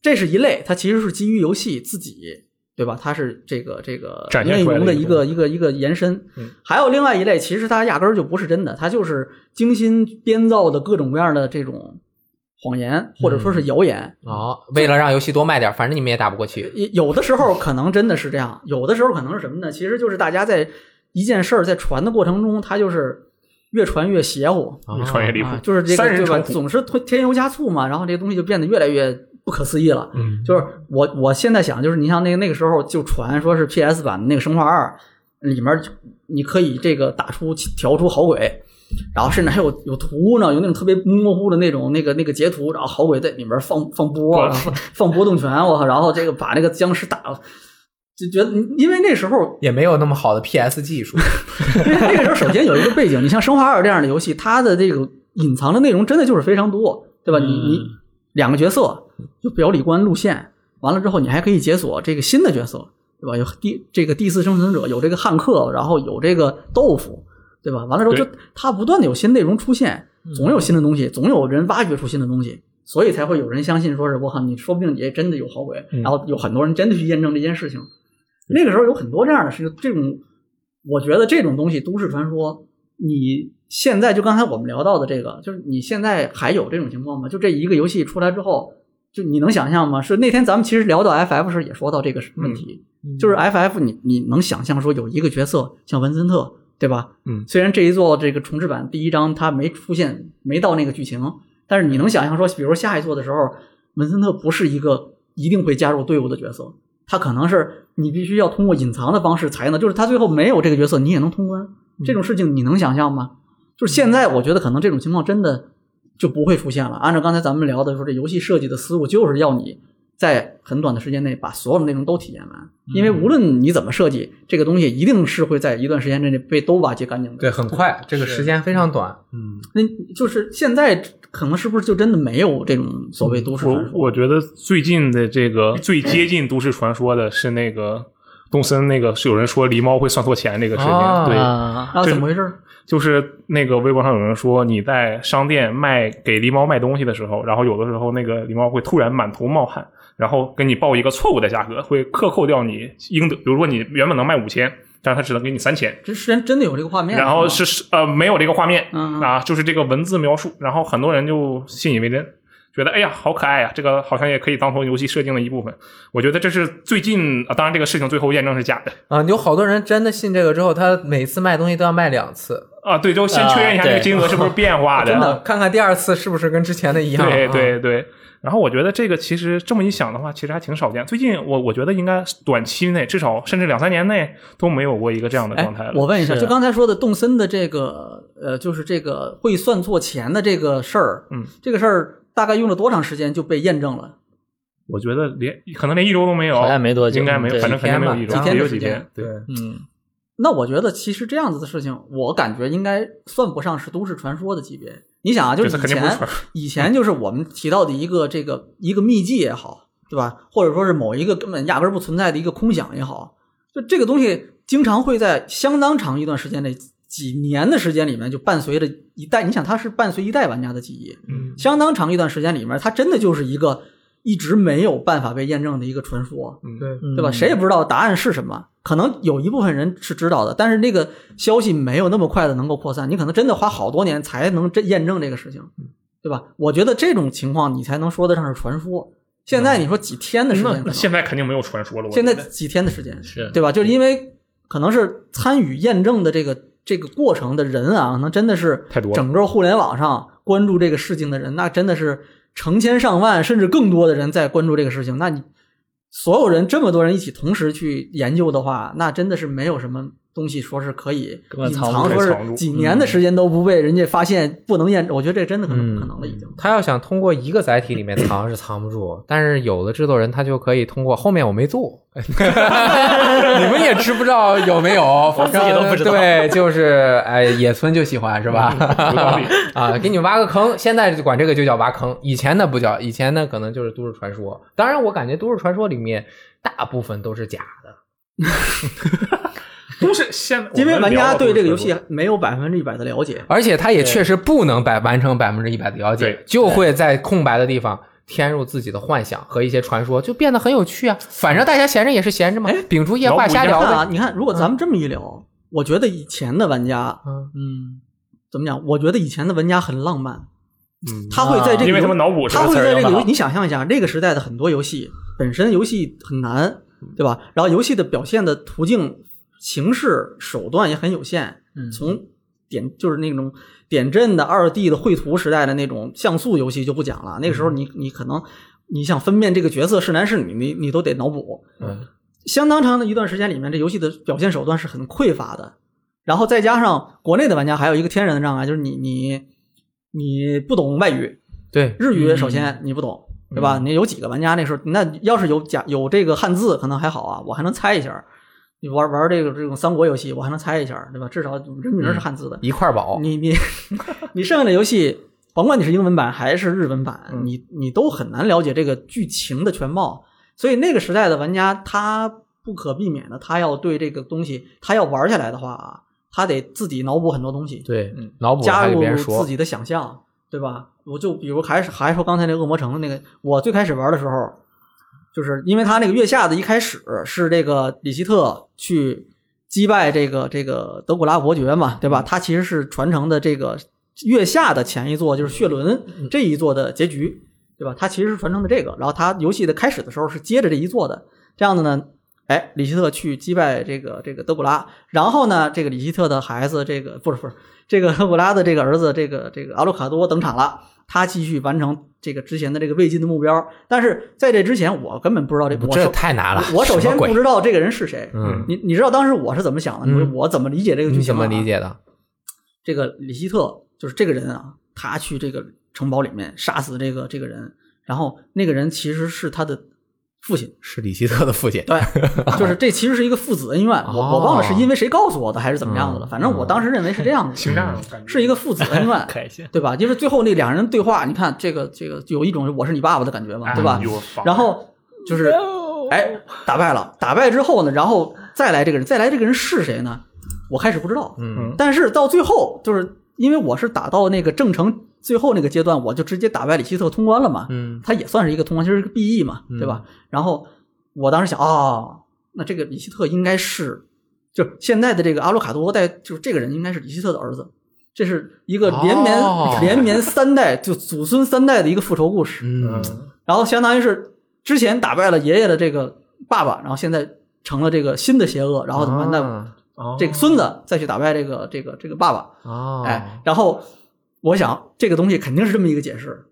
S1: 这是一类，它其实是基于游戏自己。对吧？它是这个这个
S4: 展现
S1: 内
S4: 出来
S1: 容
S4: 的
S1: 的一
S4: 一种
S1: 个一个一个延伸
S4: 嗯，
S1: 还有另外一类，其实它压根儿就不是真的，它就是精心编造的各种各样的这种谎言或者说
S4: 嗯
S1: 是谣言。
S3: 哦，为了让游戏多卖点，反正你们也打不过
S4: [laughs]
S3: 去。
S1: 也有的时候可能真的是这样，有的时候可能是什么呢？其实就是大家在一件事儿在传的过程中，它就是越传越邪乎，
S4: 越穿越离
S1: 啊
S4: 谱，
S1: 就是这
S4: 三
S1: 个
S4: 人
S1: 对吧？
S4: 成虎，
S1: 总是推添油加醋嘛，然后这个东西就变得越来越不可思议了。
S3: 嗯，
S1: 就是我我现在想，就是你像那个那个时候就传说是 PS 版的那个《生化二》里面，你可以这个打出调出好鬼，然后甚至还有有图呢，有那种特别模糊的那种那个那个截图，然后好鬼在里面放放波啊，
S4: 对
S1: 放放波动拳，我靠，然后这个把那个僵尸打了。就觉得，因为那时候，
S3: 也没有那么好的 PS
S1: [laughs]
S3: 技术。
S1: 因为那个时候首先有一个背景，你像《生化二》这样的游戏，它的这个隐藏的内容真的就是非常多，对吧？你你
S2: 嗯
S1: 两个角色，有表里观路线，完了之后你还可以解锁这个新的角色，对吧？有第这个第四生存者，有这个汉克，然后有这个豆腐，对吧？完了之后就它不断的有新内容出现，总有新的东西，总有人挖掘出新的东西，所以才会有人相信说是我靠，你说不定也真的有好鬼，
S4: 嗯
S1: 然后有很多人真的去验证这件事情。那个时候有很多这样的事情，这种我觉得这种东西都市传说，你现在就刚才我们聊到的这个，就是你现在还有这种情况吗？就这一个游戏出来之后，就你能想象吗？是那天咱们其实聊到 FF 时也说到这个问题，就是 FF 你你能想象说有一个角色像文森特对吧？
S4: 嗯
S1: 虽然这一座这个重置版第一章它没出现，没到那个剧情，但是你能想象说，比如下一座的时候，文森特不是一个一定会加入队伍的角色，他可能是你必须要通过隐藏的方式才能，就是他最后没有这个角色你也能通关，
S4: 嗯
S1: 这种事情你能想象吗？就是现在我觉得可能这种情况真的就不会出现了。按照刚才咱们聊的说，这游戏设计的思路就是要你在很短的时间内把所有的内容都体验完，因为
S4: 嗯
S1: 无论你怎么设计，这个东西一定是会在一段时间之内被都瓦解干净的。
S3: 对，
S1: [laughs]
S3: 很快，这个时间非常短。嗯，
S1: 那就是现在可能是不是就真的没有这种所谓都市传
S4: 我
S1: 说？
S4: 我觉得最近的这个最接近都市传说的是那个动森那个是有人说狸猫会算错钱那个事情，
S3: 啊
S4: 对，
S2: 啊，
S1: 啊，
S4: 这
S1: 怎么回事？
S4: 就是那个微博上有人说你在商店卖给狸猫卖东西的时候，然后有的时候那个狸猫会突然满头冒汗，然后给你报一个错误的价格，会克扣掉你应得，比如说你原本能卖五千，但是他只能给你三千。
S1: 这是真真的有这个画面？
S4: 然后
S1: 吗
S4: 是是呃没有这个画面、
S1: 嗯嗯
S4: 啊，就是这个文字描述，然后很多人就信以为真，觉得哎呀好可爱呀、这个好像也可以当成游戏设定的一部分。我觉得这是最近啊，当然这个事情最后验证是假的
S3: 啊，有好多人真的信这个之后，他每次卖东西都要卖两次，
S4: 啊，对，就先确认一下
S2: 啊
S4: 这个
S2: 对
S4: 金额是不是变化的，
S3: 真的看看第二次是不是跟之前的一样。
S4: 啊对
S3: 啊
S4: 对对。然后我觉得这个其实这么一想的话，其实还挺少见。最近我我觉得应该短期内，至少甚至两三年内都没有过一个这样的状态了。
S1: 哎我问一下，
S2: 是
S1: 就刚才说的动森的这个呃，就是这个会算错钱的这个事儿，
S4: 嗯，
S1: 这个事儿大概用了多长时间就被验证了？
S4: 我觉得连可能连一周都没有，
S2: 好像没多久
S4: 应该没有，
S2: 对
S4: 反正肯定没有一周，啊
S1: 几天吧
S4: 也有
S1: 几
S4: 几
S1: 天的
S4: 天
S1: 时。
S4: 对，
S2: 嗯，
S1: 那我觉得其实这样子的事情，我感觉应该算不上是都市传说的级别。你想啊，就
S4: 这
S1: 是
S4: 次
S1: 以
S4: 肯定不是
S1: 前
S4: 传
S1: 以前就是我们提到的一个这个一个秘籍也好，对吧？或者说是某一个根本压根儿不存在的一个空想也好，就这个东西经常会在相当长一段时间内，几年的时间里面就伴随着一代。你想，它是伴随一代玩家的记忆，
S4: [laughs] 嗯
S1: 相当长一段时间里面，它真的就是一个一直没有办法被验证的一个传说。
S4: 嗯
S3: 对
S1: 对吧？谁也不知道答案是什么，可能有一部分人是知道的，但是那个消息没有那么快的能够扩散，你可能真的花好多年才能真验证这个事情，
S4: 嗯
S1: 对吧？我觉得这种情况你才能说得上是传说。现在你说几天的时间可
S4: 嗯那
S1: 能，
S4: 现在肯定没有传说了。我
S1: 现在
S4: 觉得
S1: 几天的时间，
S2: 是
S1: 对吧？就是因为可能是参与验证的这个这个过程的人啊，可能真的是
S4: 太多了
S1: 整个互联网上关注这个事情的人，那真的是成千上万甚至更多的人在关注这个事情。那你所有人这么多人一起同时去研究的话，那真的是没有什么东西说是可以
S2: 根本
S1: 隐
S2: 藏不
S1: 藏，
S4: 住
S1: 说
S4: 藏
S1: 是
S4: 住嗯
S1: 几年的时间都不被人家发现，不能验证。我觉得这真的可能
S3: 嗯
S1: 不可能了，已经。
S3: 他要想通过一个载体里面藏是藏不住，但是有的制作人他就可以通过后面我没做， [laughs] 你们也知不知道有没有，反正
S2: 自己都不知道
S3: 对，就是哎，野村就喜欢是
S2: [laughs]
S3: 吧？
S4: 有道理
S3: [laughs] 啊，给你们挖个坑，现在就管这个就叫挖坑，以前的不叫，以前的可能就是都市传说。当然，我感觉都市传说里面大部分都是假的，
S4: 都是现，
S1: [laughs] 因为
S4: 我们
S1: 玩
S4: 聊
S1: 家
S4: 的
S1: 对
S4: 都
S1: 这
S4: 是
S1: 个游
S4: 传
S1: 戏
S4: 说，
S1: 没有百分之一百的了解，
S3: 而且他也确实不能百完成百分之一百的了解
S4: 对，
S3: 就会在空白的地方。添入自己的幻想和一些传说，就变得很有趣啊！反正大家闲着也是闲着嘛，
S1: 哎
S3: 秉烛夜话瞎聊
S1: 你看
S3: 呗。
S1: 啊，你看，如果咱们这么一聊，我觉得以前的玩家
S3: 嗯，
S2: 嗯，
S1: 怎么讲？我觉得以前的玩家很浪漫，
S4: 嗯
S1: 他会在这个游、
S4: 因为他们脑补这
S1: 他
S4: 个
S1: 会
S4: 词
S1: 在
S4: 儿
S1: 这
S4: 用
S1: 个
S4: 的
S1: 游
S4: 好
S1: 戏，你想象一下，这个时代的很多游戏本身游戏很难，对吧？然后游戏的表现的途径、形式、手段也很有限，
S2: 嗯
S1: 从点就是那种点阵的二 D 的绘图时代的那种像素游戏就不讲了，那个时候你你可能你想分辨这个角色是男是女，你你都得脑补。
S3: 嗯，
S1: 相当长的一段时间里面，这游戏的表现手段是很匮乏的。然后再加上国内的玩家还有一个天然的障碍，就是你你你不懂外语，
S3: 对，
S1: 日语首先你不懂，对吧？你有几个玩家那时候，那要是有假有这个汉字可能还好啊，我还能猜一下。你玩玩这个这种三国游戏，我还能猜一下，对吧？至少人名是汉字的。
S3: 一块宝。
S1: 你你 [laughs] 你剩下的游戏，甭管你是英文版还是日文版，你你都很难了解这个剧情的全貌。所以那个时代的玩家，他不可避免的，他要对这个东西，他要玩下来的话啊，他得自己脑补很多东西。
S3: 对
S2: 嗯，
S3: 脑补
S1: 加
S3: 还给
S1: 入
S3: 别人
S1: 自
S3: 说，
S1: 己的想象，对吧？我就比如还是还说刚才那个恶魔城的那个，我最开始玩的时候，就是因为他那个月下的一开始是这个里希特去击败这个这个德古拉伯爵嘛，对吧？他其实是传承的这个月下的前一座，就是血
S3: 嗯
S1: 轮这一座的结局，对吧？他其实是传承的这个，然后他游戏的开始的时候是接着这一座的，这样的呢。哎，里希特去击败这个这个德古拉，然后呢，这个里希特的孩子，这个不是不是这个赫古拉的这个儿子，这个这个阿鲁卡多登场了，他继续完成这个之前的这个未尽的目标。但是在这之前，我根本不知道这我
S3: 这
S1: 首
S3: 太难了。
S1: 我首
S3: 什
S1: 先
S3: 么
S1: 不
S3: 鬼，
S1: 知道这个人是谁。
S3: 嗯，
S1: 你你知道当时我是怎么想的？
S3: 嗯
S1: 我我怎么理解这个剧
S3: 你
S1: 情、
S3: 怎
S1: 啊？
S3: 么理？解的？
S1: 这个里希特就是这个人啊，他去这个城堡里面杀死这个这个人，然后那个人其实是他的父亲。
S3: 是里希特的
S1: [laughs]
S3: 父亲。
S1: 对，就是这其实是一个父子恩
S3: [laughs]
S1: 怨，我我忘了是因为谁告诉我的还是怎么样子了，
S3: 哦嗯
S1: 反正我当时认为是这样子
S4: 情
S1: 的，
S4: 感我感觉
S1: 嗯是一个父子恩怨，
S2: 开心。
S1: 对吧？就是最后那两人对话，你看这个这个有一种我是你爸爸的感觉嘛，对吧？
S4: 哎呦我放
S1: 然后
S4: [laughs]
S1: 就是哎打败了，打败之后呢，然后再来这个人，再来这个人是谁呢？我开始不知道，
S3: 嗯，
S1: 但是到最后就是因为我是打到那个正城最后那个阶段，我就直接打败里希特通关了嘛，
S3: 嗯
S1: 它也算是一个通关，就是一个 BE 嘛，
S3: 嗯
S1: 对吧？然后我当时想，哦，那这个里希特应该是，就现在的这个阿鲁卡多代，就是这个人应该是里希特的儿子，这是一个连绵、
S3: 哦
S1: 连绵三代，就祖孙三代的一个复仇故事。
S3: 嗯，
S1: 然后相当于是之前打败了爷爷的这个爸爸，然后现在成了这个新的邪恶，然后怎么办？那
S3: 啊
S4: 哦
S1: 这个孙子再去打败这个这个这个爸爸，
S3: 哦，
S1: 哎，然后我想这个东西肯定是这么一个解释，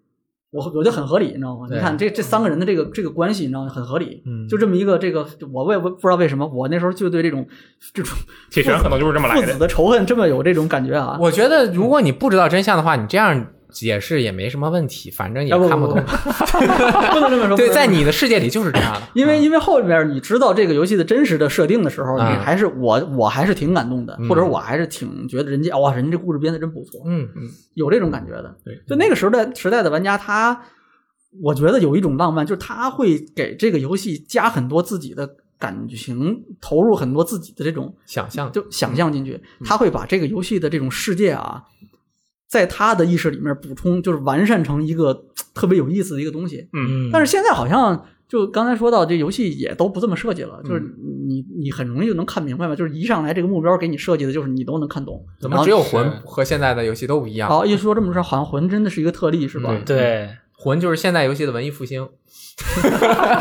S1: 我我觉得很合理，你知道吗？
S3: 对
S1: 你看这这三个人的这个这个关系，你知道吗？很合理，
S3: 嗯
S1: 就这么一个这个，我我也不不知道为什么，我那时候就对这种这种
S4: 铁拳可能就是这么来
S1: 父子
S4: 的。
S1: 的仇恨这么有这种感觉啊。
S3: 我觉得如果你不知道真相的话，你这样解释也没什么问题，反正也
S1: 啊不
S3: 看
S1: 不
S3: 不
S1: 不
S3: 懂。
S1: [laughs] 不能这
S3: [laughs]
S1: 么说，不能这么
S3: 对，
S1: 说
S3: 在你的嗯世界里就是这样的。
S1: 因为因为后面你知道这个游戏的真实的设定的时候，
S3: 啊
S1: 你还是我我还是挺感动的，
S3: 嗯
S1: 或者我还是挺觉得人家哇，人家这故事编的真不错，
S3: 嗯，
S1: 有这种感觉的。
S4: 对，
S1: 就那个时代时代的玩家，他我觉得有一种浪漫，就是他会给这个游戏加很多自己的感情，投入很多自己的这种
S3: 想象
S1: 就想象进去，
S3: 嗯
S1: 他会把这个游戏的这种世界啊，在他的意识里面补充，就是完善成一个嘖特别有意思的一个东西。
S4: 嗯，
S1: 但是现在好像。就刚才说到，这游戏也都不这么设计了，就是
S3: 嗯
S1: 你你很容易就能看明白嘛，就是一上来这个目标给你设计的，就是你都能看懂。
S3: 怎
S1: 然
S3: 么
S1: 后
S3: 只有魂和现在的游戏都不一样？
S1: 哦好，一说这么说，好像魂真的是一个特例，是吧？ [laughs]
S3: 对
S2: 对，
S3: 魂就是现代游戏的文艺复兴。
S4: 词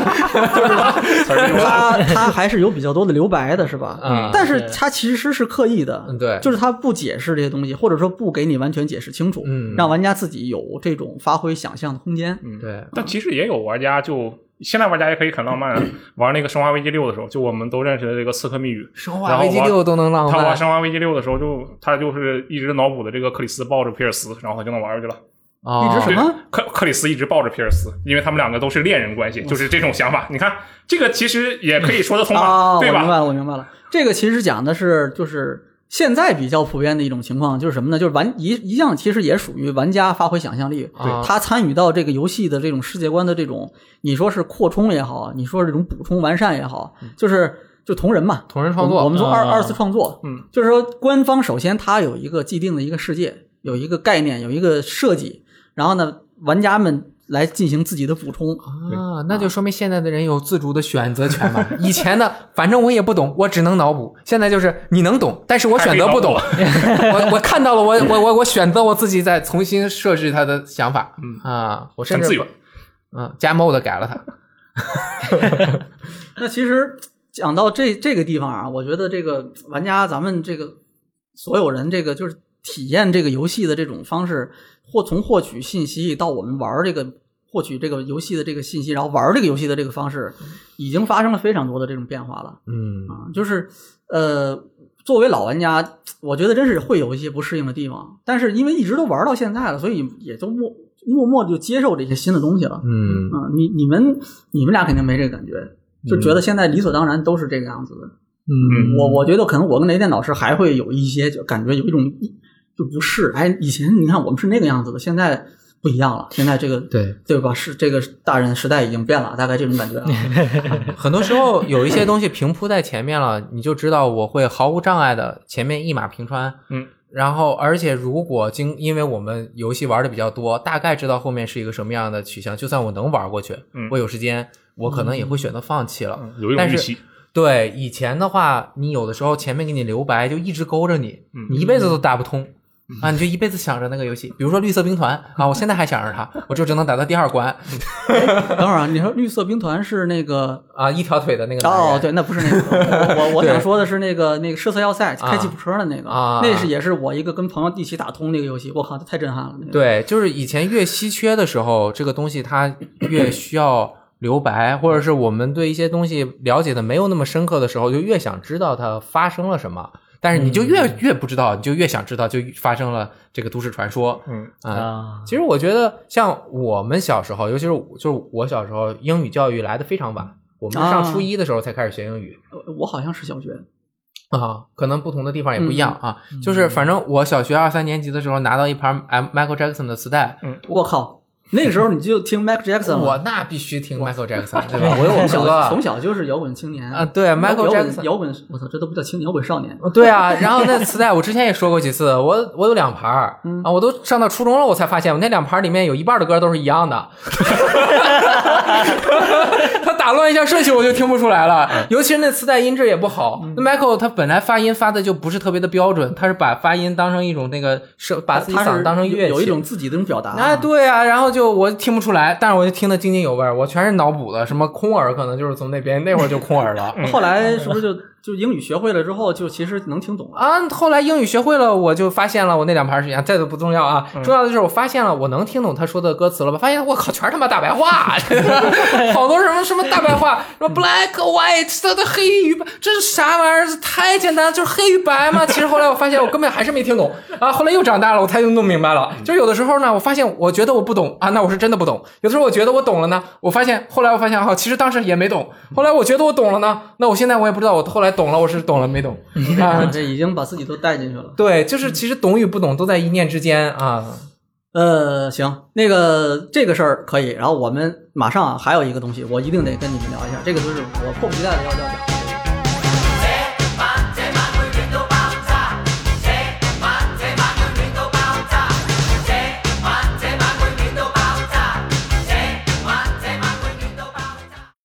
S4: 儿用得好
S1: 他他还是有比较多的留白的，是
S3: [laughs]
S1: 吧？
S3: 嗯
S1: 但是他其实是刻意的，
S3: 嗯，对，
S1: 就是他不解释这些东西，或者说不给你完全解释清楚，
S3: 嗯
S1: 让玩家自己有这种发挥想象的空间。
S4: 嗯，
S3: 对，
S4: 但其实也有玩家就现在玩家也可以很浪漫啊，玩那个《生化危机六》的时候，就我们都认识的这个刺客密语，
S3: 生
S4: 然
S3: 化
S4: 后
S3: 危机
S4: 玩
S3: 六都能浪
S4: 他玩《
S3: 漫
S4: 生化危机六》的时候就，他就是一直脑补的这个克里斯抱着皮尔斯，然后他就能玩下去了。
S3: 啊，
S1: 一直什么？
S4: 克克里斯一直抱着皮尔斯，因为他们两个都是恋人关系，就是这种想法。你看，这个其实也可以说得通吧，
S1: 啊，我
S4: 对
S1: 明白
S4: 吧？
S1: 了，我明白了。这个其实讲的是，就是现在比较普遍的一种情况，就是什么呢？就是玩一一项其实也属于玩家发挥想象力，
S3: 对
S1: 他参与到这个游戏的这种世界观的这种，你说是扩充也好，你说是这种补充完善也好，就是就同人嘛，
S3: 同人创
S1: 我们我
S3: 作
S1: 们说二
S2: 嗯
S1: 二次创作，
S4: 嗯，
S1: 就是说官方首先它有一个既定的一个世界，有一个概念，有一个设计，然后呢，玩家们来进行自己的补充。
S3: 啊，那就说明现在的人有自主的选择权嘛。以前的反正我也不懂，我只能脑补。现在就是你能懂，但是我选择不懂。我我看到了，我我我我选择我自己再重新设置他的想法。
S4: 嗯
S3: 啊，我甚
S4: 很
S3: 至
S4: 自由。
S3: 嗯加 mod 改了它。
S1: 那其实讲到这这个地方啊，我觉得这个玩家咱们这个所有人这个就是体验这个游戏的这种方式，或从获取信息到我们玩这个。获取这个游戏的这个信息，然后玩这个游戏的这个方式，已经发生了非常多的这种变化了。
S3: 嗯
S1: 啊，就是呃，作为老玩家，我觉得真是会有一些不适应的地方，但是因为一直都玩到现在了，所以也就默默默地就接受这些新的东西了。
S3: 嗯，
S1: 啊，你你们你们俩肯定没这个感觉，就觉得现在理所当然都是这个样子的。
S2: 嗯
S1: 我我觉得可能我跟雷电老师还会有一些就感觉有一种就不适，哎，以前你看我们是那个样子的，现在不一样了，现在这个
S3: 对，
S1: 对吧？是这个大人时代已经变了，大概这种感觉啊。
S3: [laughs] 很多时候有一些东西平铺在前面了，你就知道我会毫无障碍的前面一马平川。
S4: 嗯，
S3: 然后而且如果经因为我们游戏玩的比较多，大概知道后面是一个什么样的取向，就算我能玩过去，
S4: 嗯
S3: 我有时间，我可能也会选择放弃了。
S4: 嗯有一种
S3: 但
S4: 预
S3: 是
S4: 期，
S3: 对以前的话，你有的时候前面给你留白，就一直勾着你，
S4: 嗯
S3: 你一辈子都打不通。啊，你就一辈子想着那个游戏，比如说《绿色兵团》啊，我现在还想着它，我就只能打到第二关
S1: 等会儿啊，你说绿色兵团是那个
S3: 啊，一条腿的那个男人
S1: [laughs] 哦，对，那不是那个，我我我
S3: 对
S1: 想说的是那个那个射色要塞开吉普车的那个，
S3: 啊
S1: 那是也是我一个跟朋友一起打通那个游戏，我靠，太震撼了。那个、，
S3: 对，就是以前越稀缺的时候，这个东西它越需要留白，或者是我们对一些东西了解的没有那么深刻的时候，就越想知道它发生了什么。但是你就越越不知道，你就越想知道，就发生了这个都市传说
S4: 嗯，
S3: 啊、
S2: 啊，
S3: 其实我觉得，像我们小时候，尤其是我就是我小时候，英语教育来的非常晚，我们是上
S1: 啊
S3: 初一的时候才开始学英语。
S1: 我好像是小学，
S3: 啊，可能不同的地方也不一样啊，就是反正我小学二三年级的时候拿到一盘 M Michael Jackson 的磁带，
S1: 我靠，那个时候你就听 Michael Jackson
S3: 我
S1: 了，
S3: 那必须听 Michael
S1: [laughs]
S3: Jackson，对吧？我有我
S1: 从
S3: 哥
S1: 小从小就是摇滚青年
S3: 啊，对
S1: 摇滚
S3: Michael
S1: 摇滚
S3: Jackson，
S1: 摇滚，我操，这都不叫青摇滚少年，
S3: [laughs] 对啊。然后那磁带我之前也说过几次，我我有两盘儿
S1: 嗯
S3: 啊，我都上到初中了，我才发现我那两盘儿里面有一半的歌都是一样的。 [laughs] 他打乱一下顺序，我就听不出来
S1: 嗯
S3: 了。尤其是那磁带音质也不好。那 Michael 他本来发音发的就不是特别的标准，他是把发音当成一种那个声，把自己
S1: 他
S3: 嗓
S1: 是
S3: 子当成乐器，
S1: 有有一种自己的那种表达
S3: 啊，对啊，然后就我听不出来，但是我就听得津津有味儿，我全是脑补的，什么空耳可能就是从那边那会儿就空耳了。
S1: 后来是不是就就英语学会了之后，就其实能听懂了？
S3: 啊，后来英语学会了，我就发现了我那两盘是一样，这都不重要啊。重要的是我发现了我能听懂他说的歌词了吧？发现我靠，全是他妈大白话， [laughs] 好多什么什么大白话，什么 black white，这这黑与白，这是啥玩意儿？这太简单了，就是黑与白嘛。其实后来我发现我根本还是没听懂啊。后来又长大了，我才弄明白了。就是有的时候呢，我发现我觉得我不懂啊，那我是真的不懂；有的时候我觉得我懂了呢，我发现后来我发现哈、哦其实当时也没懂。后来我觉得我懂了呢，那我现在我也不知道我后来懂了，我是懂了没懂 [laughs] 啊
S1: 啊，？这已经把自己都带进去了。
S3: 对，就是其实懂与不懂都在一念之间啊。
S1: 呃，行，那个这个事儿可以，然后我们马上啊还有一个东西，我一定得跟你们聊一下，这个就是我迫不及待的要要讲。